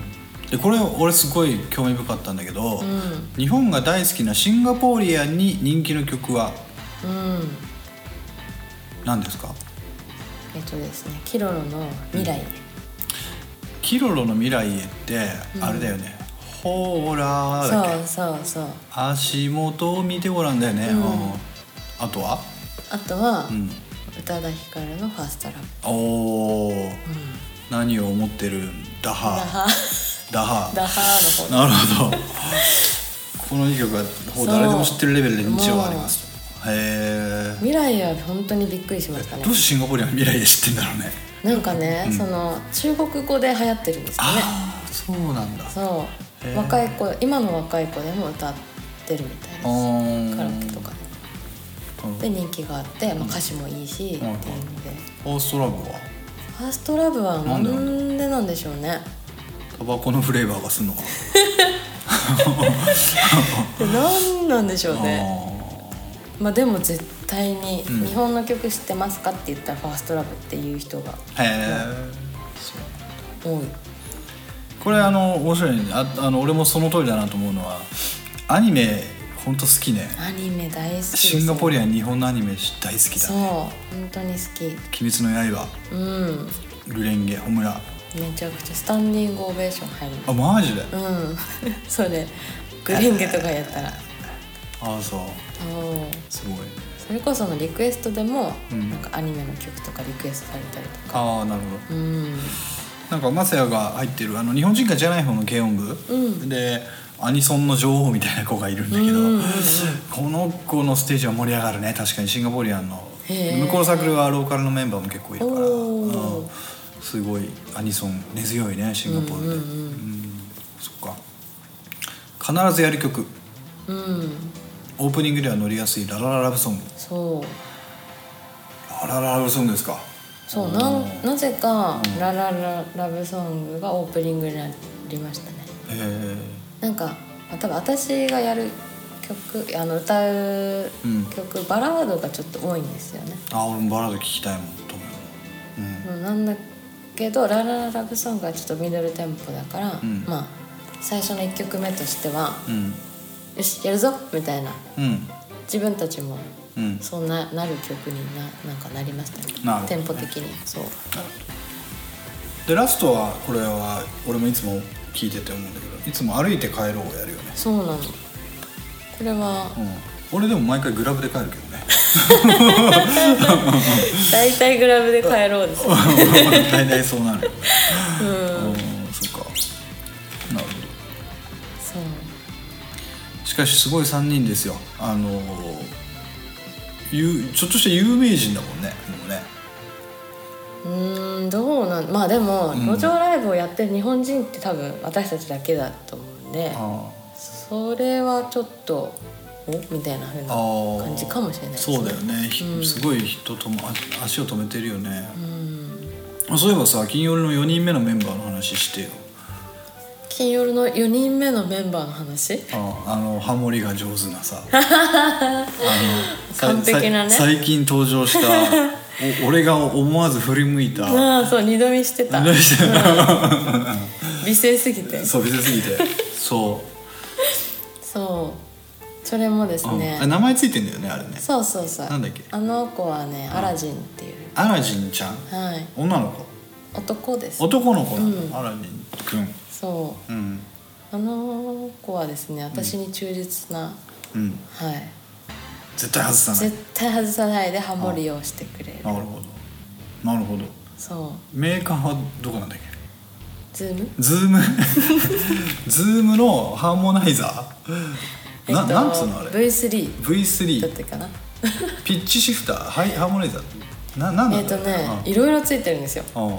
でこれ俺すごい興味深かったんだけど、ん日本が大好きなシンガポーリアンに人気の曲はうん何ですかえっとですねキロロの未来、 「キロロの未来へ」ってあれだよね「ほーら」だっけそうそうそう足元を見てごらんだよね、うんあとは、あとは、うん、宇多田ヒカルのファーストラブおー、何を思ってるんだダはハだはダハのな方るほどこの2曲はほう誰でも知ってるレベルで認知はありますとへ未来は本当にびっくりしましたえねどうしてシンガポールは未来で知ってんだろうねなんかね、その中国語で流行ってるんですよねああそうなんだそうへー若い子今の若い子でも歌ってるみたいですあーカラオケとかでで人気があって、まあ、歌詞もいいし、うんっていう意味でファーストラブは「ファーストラブはなんでなんでしょうねタバコのフレーバーがすんのかでなんなんでしょうな、ねまあでも絶対に「うん日本の曲知ってますか?」って言ったら「ファーストラブっていう人があーへえ多いこれあの面白いねああの俺もその通りだなと思うのはアニメほんと好きねアニメ大好きですシンガポリアン日本のアニメ大好きだそう本当に好「鬼滅の刃きうん」 「ルレンゲ」「ホムラめちゃくちゃスタンディングオベーション入りま」あマジで、すうん それグレンゲとかやったらああそうおーすごいそれこそのリクエストでも、うんなんかアニメの曲とかリクエストされたりとかああなるほどうんなんかマサヤが入ってるあの日本人がじゃない方の軽音部、うんでアニソンの女王みたいな子がいるんだけど、うんうんうんこの子のステージは盛り上がるね確かにシンガポリアンのへー向こうのサークルはローカルのメンバーも結構いるから、おーうんすごいアニソン根強いねシンガポールで、うんうんうんそっか必ずやる曲うんオープニングでは乗りやすいララララブソングそうララララブソングですかそうおーなんなぜか「ララララブソング」がオープニングになりましたねへえなんかまあ多分私がやる曲あの歌ううん曲、バラードがちょっと多いんですよね、あ俺もバラード聞きたいもんと思う、うんうんなんだけど「ララララブソング」はちょっとミドルテンポだから、うんまあ最初の1曲目としてはうん「よしやるぞ!」みたいなうん自分たちもうんそんななる曲にななんかなりましたねなるほどねテンポ的にそうでラストはこれは俺もいつも聞いてて思うんだけどいつも歩いて帰ろうをやるよね、そうなのこれはうん、俺でも毎回グラブで帰るけどね 大体グラブで帰ろうです大体そうなるうんうんそっかなるほそうどしかしすごい3人ですよあのーゆちょっとした有名人だもんねもうねうーんどうなんまあでも、ん路上ライブをやってる日本人って多分私たちだけだと思うんであそれはちょっとおみたいな風あな感じかもしれないですねそうだよね、ひうんすごい人ともあ足を止めてるよね、うんあそういえばさ金曜日の4人目のメンバーの話してよ金曜の4人目のメンバーの話ああのハモリが上手な さあのさ完璧なねさ最近登場した お俺が思わず振り向いたああそう二度見してた何してん美声すぎての そう見せすぎてそそうそれもですう、うんねあ、名前ついてんだよねあれねそうそうそうなんだっけあの子はねアラジンっていうアラジンちゃんはい女の子男です男の子なの、うんアラジンくんそううんあの子はですね私に忠実な、うんはい絶対外さない絶対外さないでハモリをしてくれるなるほどなるほどそメーカーはどこなんだっけうズームズ ームズームのハーモナイザーな,、なんつうのあれ V3 だっ V3 たかなピッチシフターハイハーモナイザーななんだえろっうとねいろいろついてるんですようんうんうん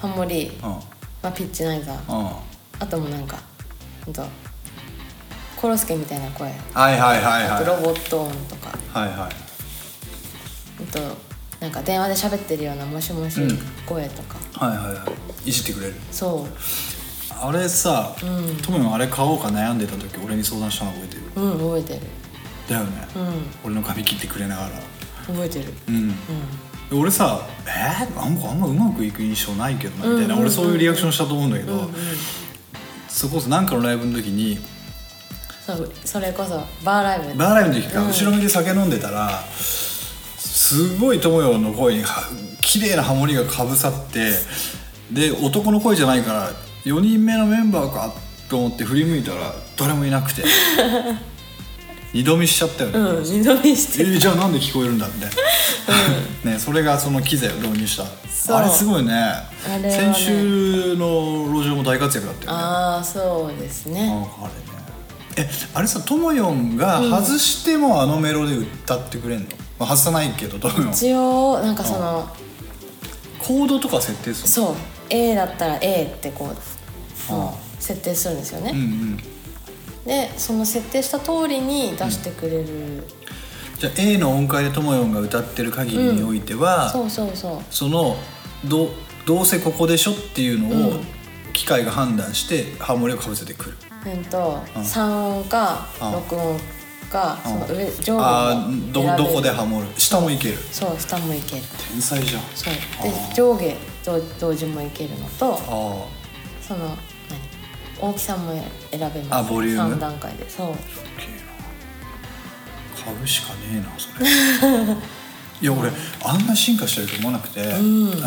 ハモリ、まあ、ピッチナイザーうんあともうなんかほんとコロスケみたいな声はいはいはいあはいとロボット音とかはいはいあとなんか電話で喋ってるようなもしもしうん声とか、はいはいはいいじってくれるそあれさ、んトムもあれ買おうか悩んでた時俺に相談したの覚えてるううん覚えてるだよね、うん俺の髪切ってくれながら覚えてるうんう俺さ「えー、なんかあんまうまくいく印象ないけどな」みたいな、俺そういうリアクションしたと思うんだけど、んうんうんそれこそなんかのライブの時にそうそれこそバーライブバーライブの時か、うん後ろ向きで酒飲んでたらすごい友よの声には綺麗なハモリがかぶさってで男の声じゃないから4人目のメンバーかと思って振り向いたら誰もいな くて二度見しちゃったよね、うん二度見しえてーじゃあなんで聞こえるんだみたいな、ね、それがその機材を導入しそうたあれすごいねれはね先週の路上も大活躍だったよねああそうですねなんかあれねえあれさともよんが外してもあのメロで歌ってくれんの、まあ、外さないけどともよん一応なんかそのコードとか設定するそう A だったら A ってこうのあもう設定するんですようんね、うんでその設定した通りに出してくれる、じゃあ A の音階でともよんが歌ってる限りにおいては、そうそうそうそのどどうせここでしょっていうのうをん機械が判断してハーモニカをかぶせてくる、うんとうん三音かうん録音かうそんの上上あ下ーも選べどるどこでハモる下もいけるそう下もいける天才じゃんそうあーで上下同同時もいけるのとあその何大きさも選べますあボリューム3段階でそうあすげえな買うしかねえなそれ いや俺あんな進化してると思わなくて、んあ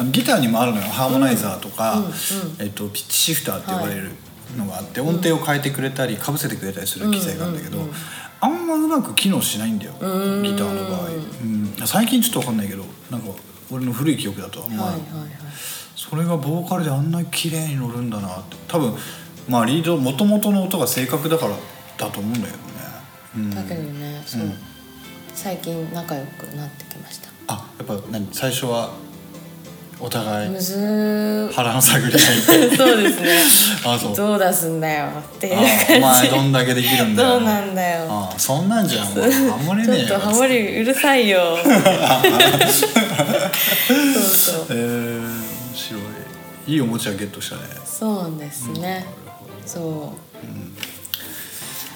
のギターにもあるのよハーモナイザーとか、うんうんうんえっと、ピッチシフターって呼ばれるのがあって、音程を変えてくれたりかぶせてくれたりする機材があるんだけど、うんうんうんあんまうまく機能しないんだよギターんーの場合、うん最近ちょっと分かんないけどなんか俺の古い記憶だとあんまはいはいはいそれがボーカルであんなに綺麗に乗るんだなって多分まあリード元々の音が正確だからだと思うんだけどね、うん、だけどねそううん最近仲良くなってきましたあやっぱ何最初はお互いむずー腹の探り合いで そうですねあそうどう出すんだよっていうあお前どんだけできるんだよどうなんだよあそんなんじゃんもうハモれちねえよょっとハモリうるさい よそうそうえー、面白いいいおもちゃゲットしたねそうですね、そは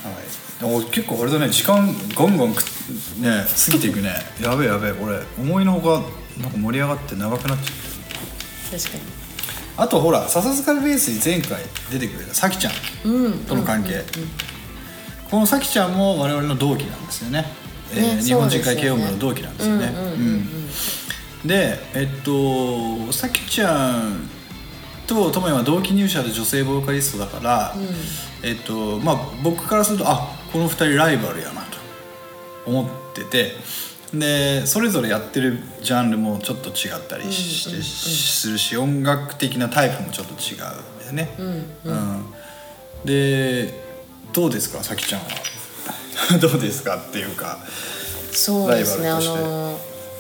い、でも結構あれだね時間ガンガンくね過ぎていくねやべえやべえ俺思いのほかなんか盛り上がって長くなっちゃっう確かたあとほら笹塚ベースに前回出てくれた咲ちゃんにうんとの関係、この咲ちゃんも我々の同期なんですよねえーね日本人会そうで慶すよ応ね部の同期なんですよねうんうんうんううんでえっと咲ちゃんとともやんは同期入社で女性ボーカリストだから、うんえっとまあ僕からするとあこの2人ライバルやなと思っててでそれぞれやってるジャンルもちょっと違ったりして、するし音楽的なタイプもちょっと違うんだよね。うんでどうですかさきちゃんは どうですかっていうかそうですねライバあル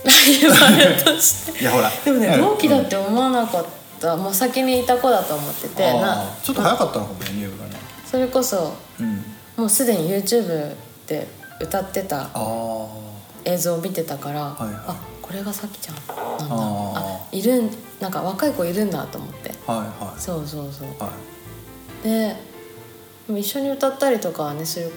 としてのーライバルとしていやほらでもねうん同期だって思わなかった、もう先にいた子だと思っててなあーちょっと早かったのかもね入部がね。それこそうん、もうすでに YouTube で歌ってたあー映像を見てたから、いはいあこれがさきちゃんなんだああいるんなんか若い子いるんだと思ってはいはそうそうそういはいででも一緒に歌ったりとかはねする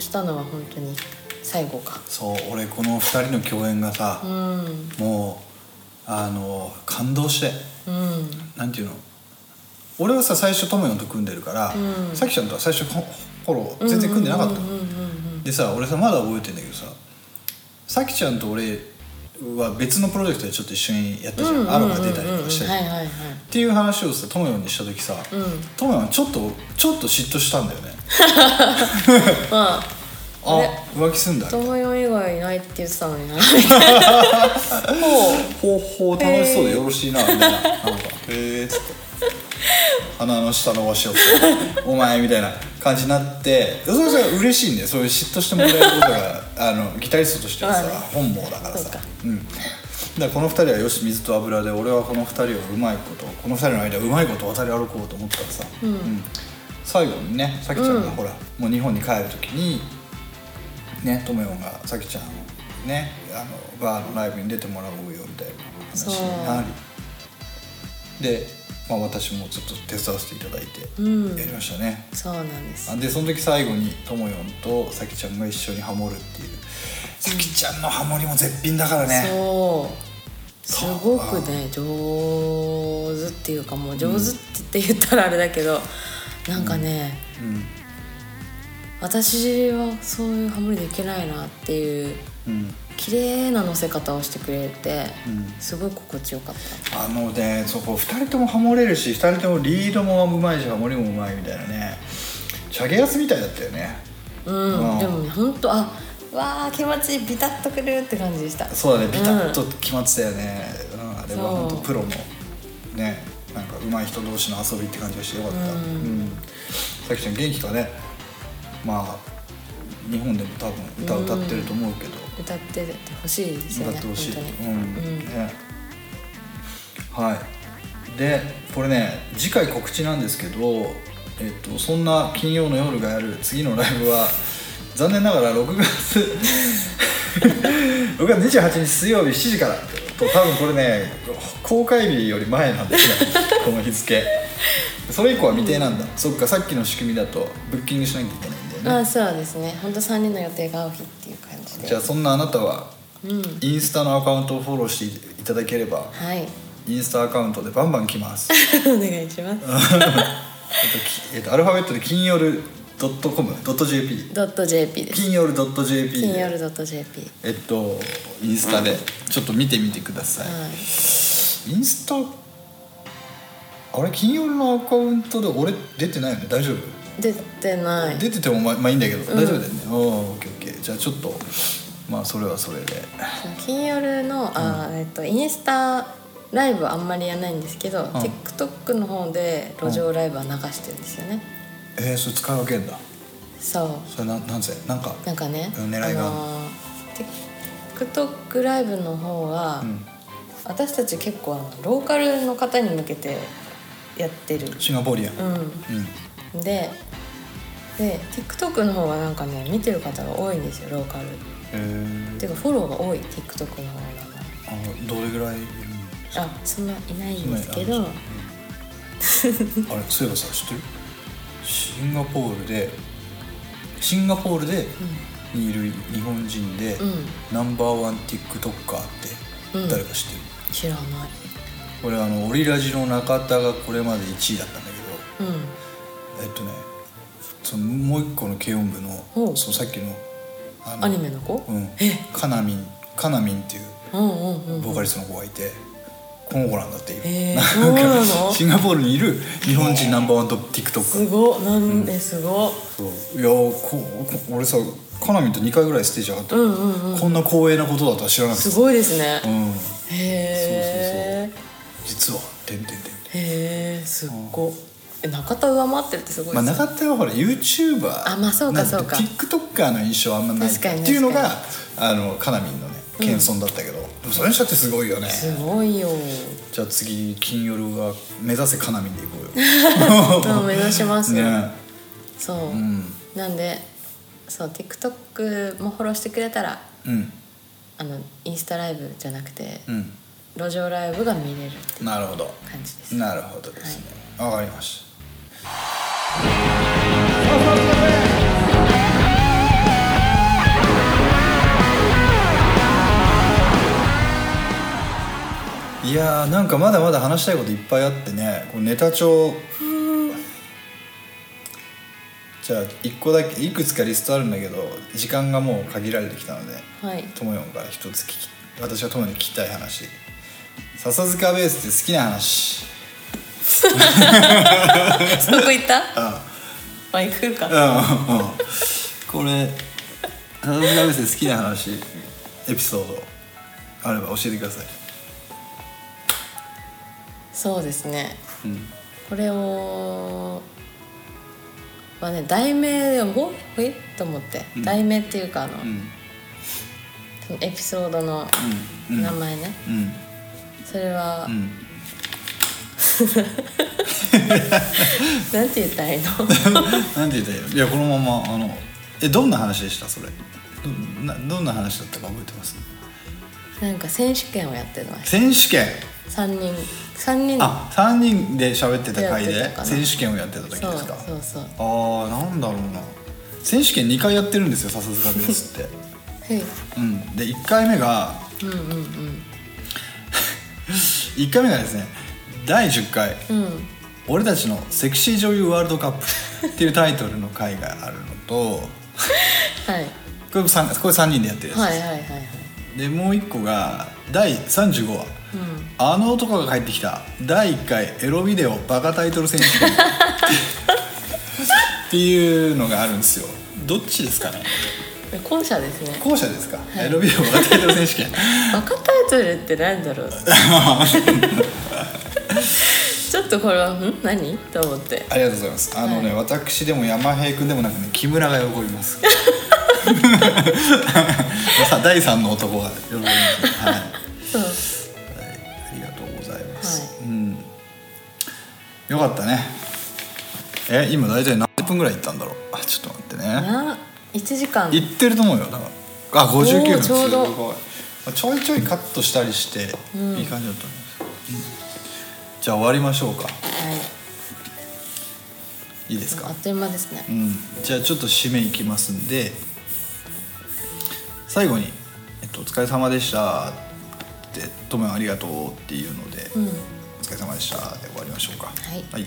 したのは本当に最後かそう俺この2人の共演がさ、うんもうあの感動してうんなんていうの俺はさ最初トモヨンと組んでるから、うんさきちゃんとは最初こ頃全然組んでなかったの、うんうんうんうんでさ俺さまだ覚えてんだけどささきちゃんと俺は別のプロジェクトでちょっと一緒にやったじゃん、うんアロハ出たりとかしたり、はいはいはっいていう話をさトモヨンにした時さ、うんトモヨンちょっとちょっと嫉妬したんだよね まあ あ浮気すんだ友よ以外いないって言ってたのにな ほほうほう楽しそうでよろしいなみたいななんか「へえ」っつって鼻の下伸ばしよって「お前」みたいな感じになってそれそれ嬉しいんだよそういう嫉妬してもらえることがあのギタリストとしてはさまあね本望だからそさうかうんだからこの二人はよし水と油で俺はこの二人をうまいことこの二人の間をうまいこと渡り歩こうと思ったらさ、うん最後にねさきちゃんがほら、もう日本に帰る時にねともよんがさきちゃんをねあのバーのライブに出てもらおうよみたいな話になりで、まあ、私もちょっと手伝わせていただいうんてやりましたね、うそうなんですあでその時最後にともよんとさきちゃんが一緒にハモるっていうさきちゃんのハモりも絶品だからねそうすごくね上手っていうかもう上手って言ったらあれだけど、なんかね、うん私はそういうハモリできないなっていううん綺麗な乗せ方をしてくれて、うんすごい心地よかったあのねそこ2人ともハモれるし2人ともリードもうまいしハモりもうまいみたいなねチャゲアスみたいだったよねうん、うんでもね本当あわあ気持ちいいビタッとくるって感じでしたそうだねビタッと決まってたよね、うんあれは本当そうプロのねなんか上手い人同士の遊びって感じがしてよかった、うんさきちゃん元気かねまあ日本でも多分歌歌ってると思うけど、歌っててほしいですよ歌ねってほしい、本当うに、んねはいでこれね次回告知なんですけどえっと、そんな金曜の夜がやる次のライブは残念ながら6月 6月28日水曜日7時からと多分これね公開日より前なんですよこの日付それ以降は未定なんだ、そっかさっきの仕組みだとブッキングしなきゃいけないんだよね、まあそうですね本当三人の予定が合う日っていう感じでじゃあそんなあなたは、インスタのアカウントをフォローしていただければはいインスタアカウントでバンバン来ます お願いしまえっすとき、えっと、アルファベットで金夜ドットコムドット JP ドット .jp です金夜ドット JP 金で夜ドット .jp えっとインスタでちょっと見てみてください、はいインスタあれ金夜のアカウントで俺出てないよね大丈夫出てない出ててもまあまあいいんだけど、大丈夫だよねおーオッケーオッケーじゃあちょっとまあそれはそれで金夜のあ、えっと、インスタライブはあんまりやらないんですけど、TikTok の方で路上ライブは流してるんですよね、えー、それ使い分けんだそうそれななんぜなんかなんかね、うん狙いがあのー TikTok ライブの方は、ん私たち結構あのローカルの方に向けてやってる、シンガポリアンううん、ん、でで TikTok の方はなんかね見てる方が多いんですよローカルえーていうかフォローが多い TikTok の方があのどれぐらいいるあそんないないんですけど、うんあれそういえばさ知ってるシンガポールでシンガポールでにいる日本人で、んナンバーワン TikToker って誰か知ってる、知らないこれあのオリラジの中田がこれまで1位だったんだけうんどえっとねそのもう一個の軽音部おのうそうさっきのあアニメの子うんカナミンカナミンっていううんうんうんボーカリストの子がいて、この子なんだっていう、へえそうなのシンガポールにいる日本人ナンバーワンと TikToker すごっなんですごっそういやここ俺さカナミンと2回ぐらいステージ上がった、うんうんうんこんな光栄なことだとは知らなくてすごいですねうんへえ実はてんてんてんへえすっごっえ中田上回ってるってすごいまあですね中田はほら YouTuber あまあそうかそうかなんで TikToker の印象あんまない確かに確かにっていうのがあのカナミンのね謙遜だったけど、でもそれにしたってすごいよねすごいよじゃあ次金夜は目指せカナミンでいこう ようん目指します ねそううんなんでそう TikTok もフォローしてくれたらうんあのインスタライブじゃなくてうん路上ライブが見れるっていうなるほど感じですなるほどですねわ、かりましたいやーなんかまだまだ話したいこといっぱいあってねこうネタ帳じゃあ一個だけいくつかリストあるんだけど時間がもう限られてきたのではいともよんから一つ聞き私はともよんに聞きたい話笹塚ベースって好きな話そこ行ったあまあ行くかうんうんこれ笹塚ベースで好きな話エピソードあれば教えてくださいそうですねうんこれをまあね題名でもほいと思って、うん題名っていうかあの、うん多分エピソードのうんうん名前ね、うんそれは、うん なんて言ったらいいの なんて言ったらいいのいやこのままあのえどんな話でしたそれどなどんな話だったか覚えてますなんか選手権をやってました選手権3人三人あ三3人で喋ってた回やっでてたかな選手権をやってた時ですそうかそうそうあーなんだろうな選手権2回やってるんですよ笹塚ベースってへいうんで1回目がうんうん うん1回目がですね第10回うん「俺たちのセクシー女優ワールドカップ」っていうタイトルの回があるのとはいこれもさんこれ3人でやってるやつです、はいはいはいはいでもう一個が第35話「うんあの男が帰ってきた第1回エロビデオバカタイトル選手権」っていうのがあるんですよどっちですかねえ後者ですね後者ですか、エロビデオバカタイトル選手権バカタイトルってなんだろ うちょっとこれはん何と思ってありがとうございますあのね、私でも山平君でもなくね木村が喜びます さ第3の男が喜びます、はいそうありがとうございます。うん。よかったね。え今大体何分ぐらい行ったんだろうあちょっと待ってねな1時間行ってると思うよだからあお59ー分ちょうどすごいまあちょいちょいカットしたりして、いい感じだったね、うんじゃあ終わりましょうかはいいいですかあっという間ですねうん、じゃあちょっと締めいきますんで最後に、えっと「お疲れ様でした」って「トムありがとう」っていうので「うんお疲れ様でした」で終わりましょうかはい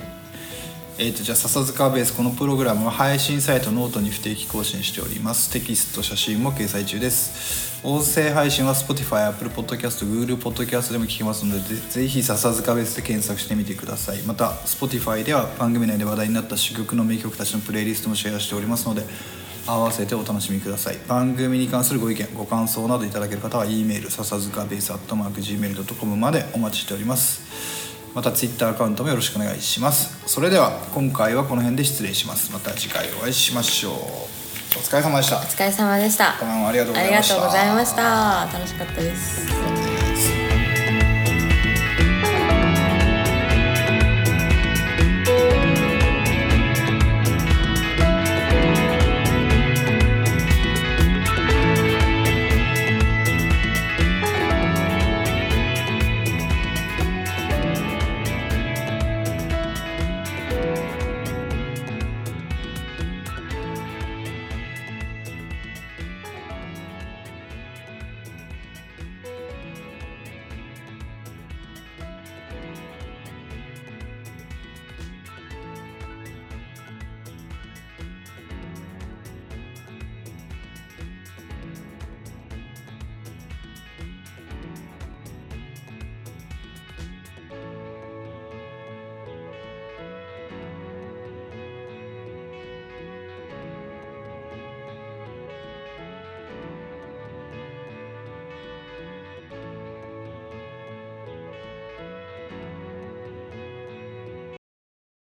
えっとじゃあ笹塚ベースこのプログラムは配信サイトノートに不定期更新しておりますテキスト写真も掲載中です音声配信は Spotify、Apple Podcast、Google Podcast でも聞けますのでぜぜひ笹塚ベースで検索してみてくださいまた Spotify では番組内で話題になった主曲の名曲たちのプレイリストもシェアしておりますので合わせてお楽しみください番組に関するご意見ご感想などいただける方は E メール笹塚ベース atmarkgmail.com までお待ちしておりますまた Twitter アカウントもよろしくお願いしますそれでは今回はこの辺で失礼しますまた次回お会いしましょうお疲れ様でしたお疲れ様でしたどうもありがとうございましたありがとうございました楽しかったです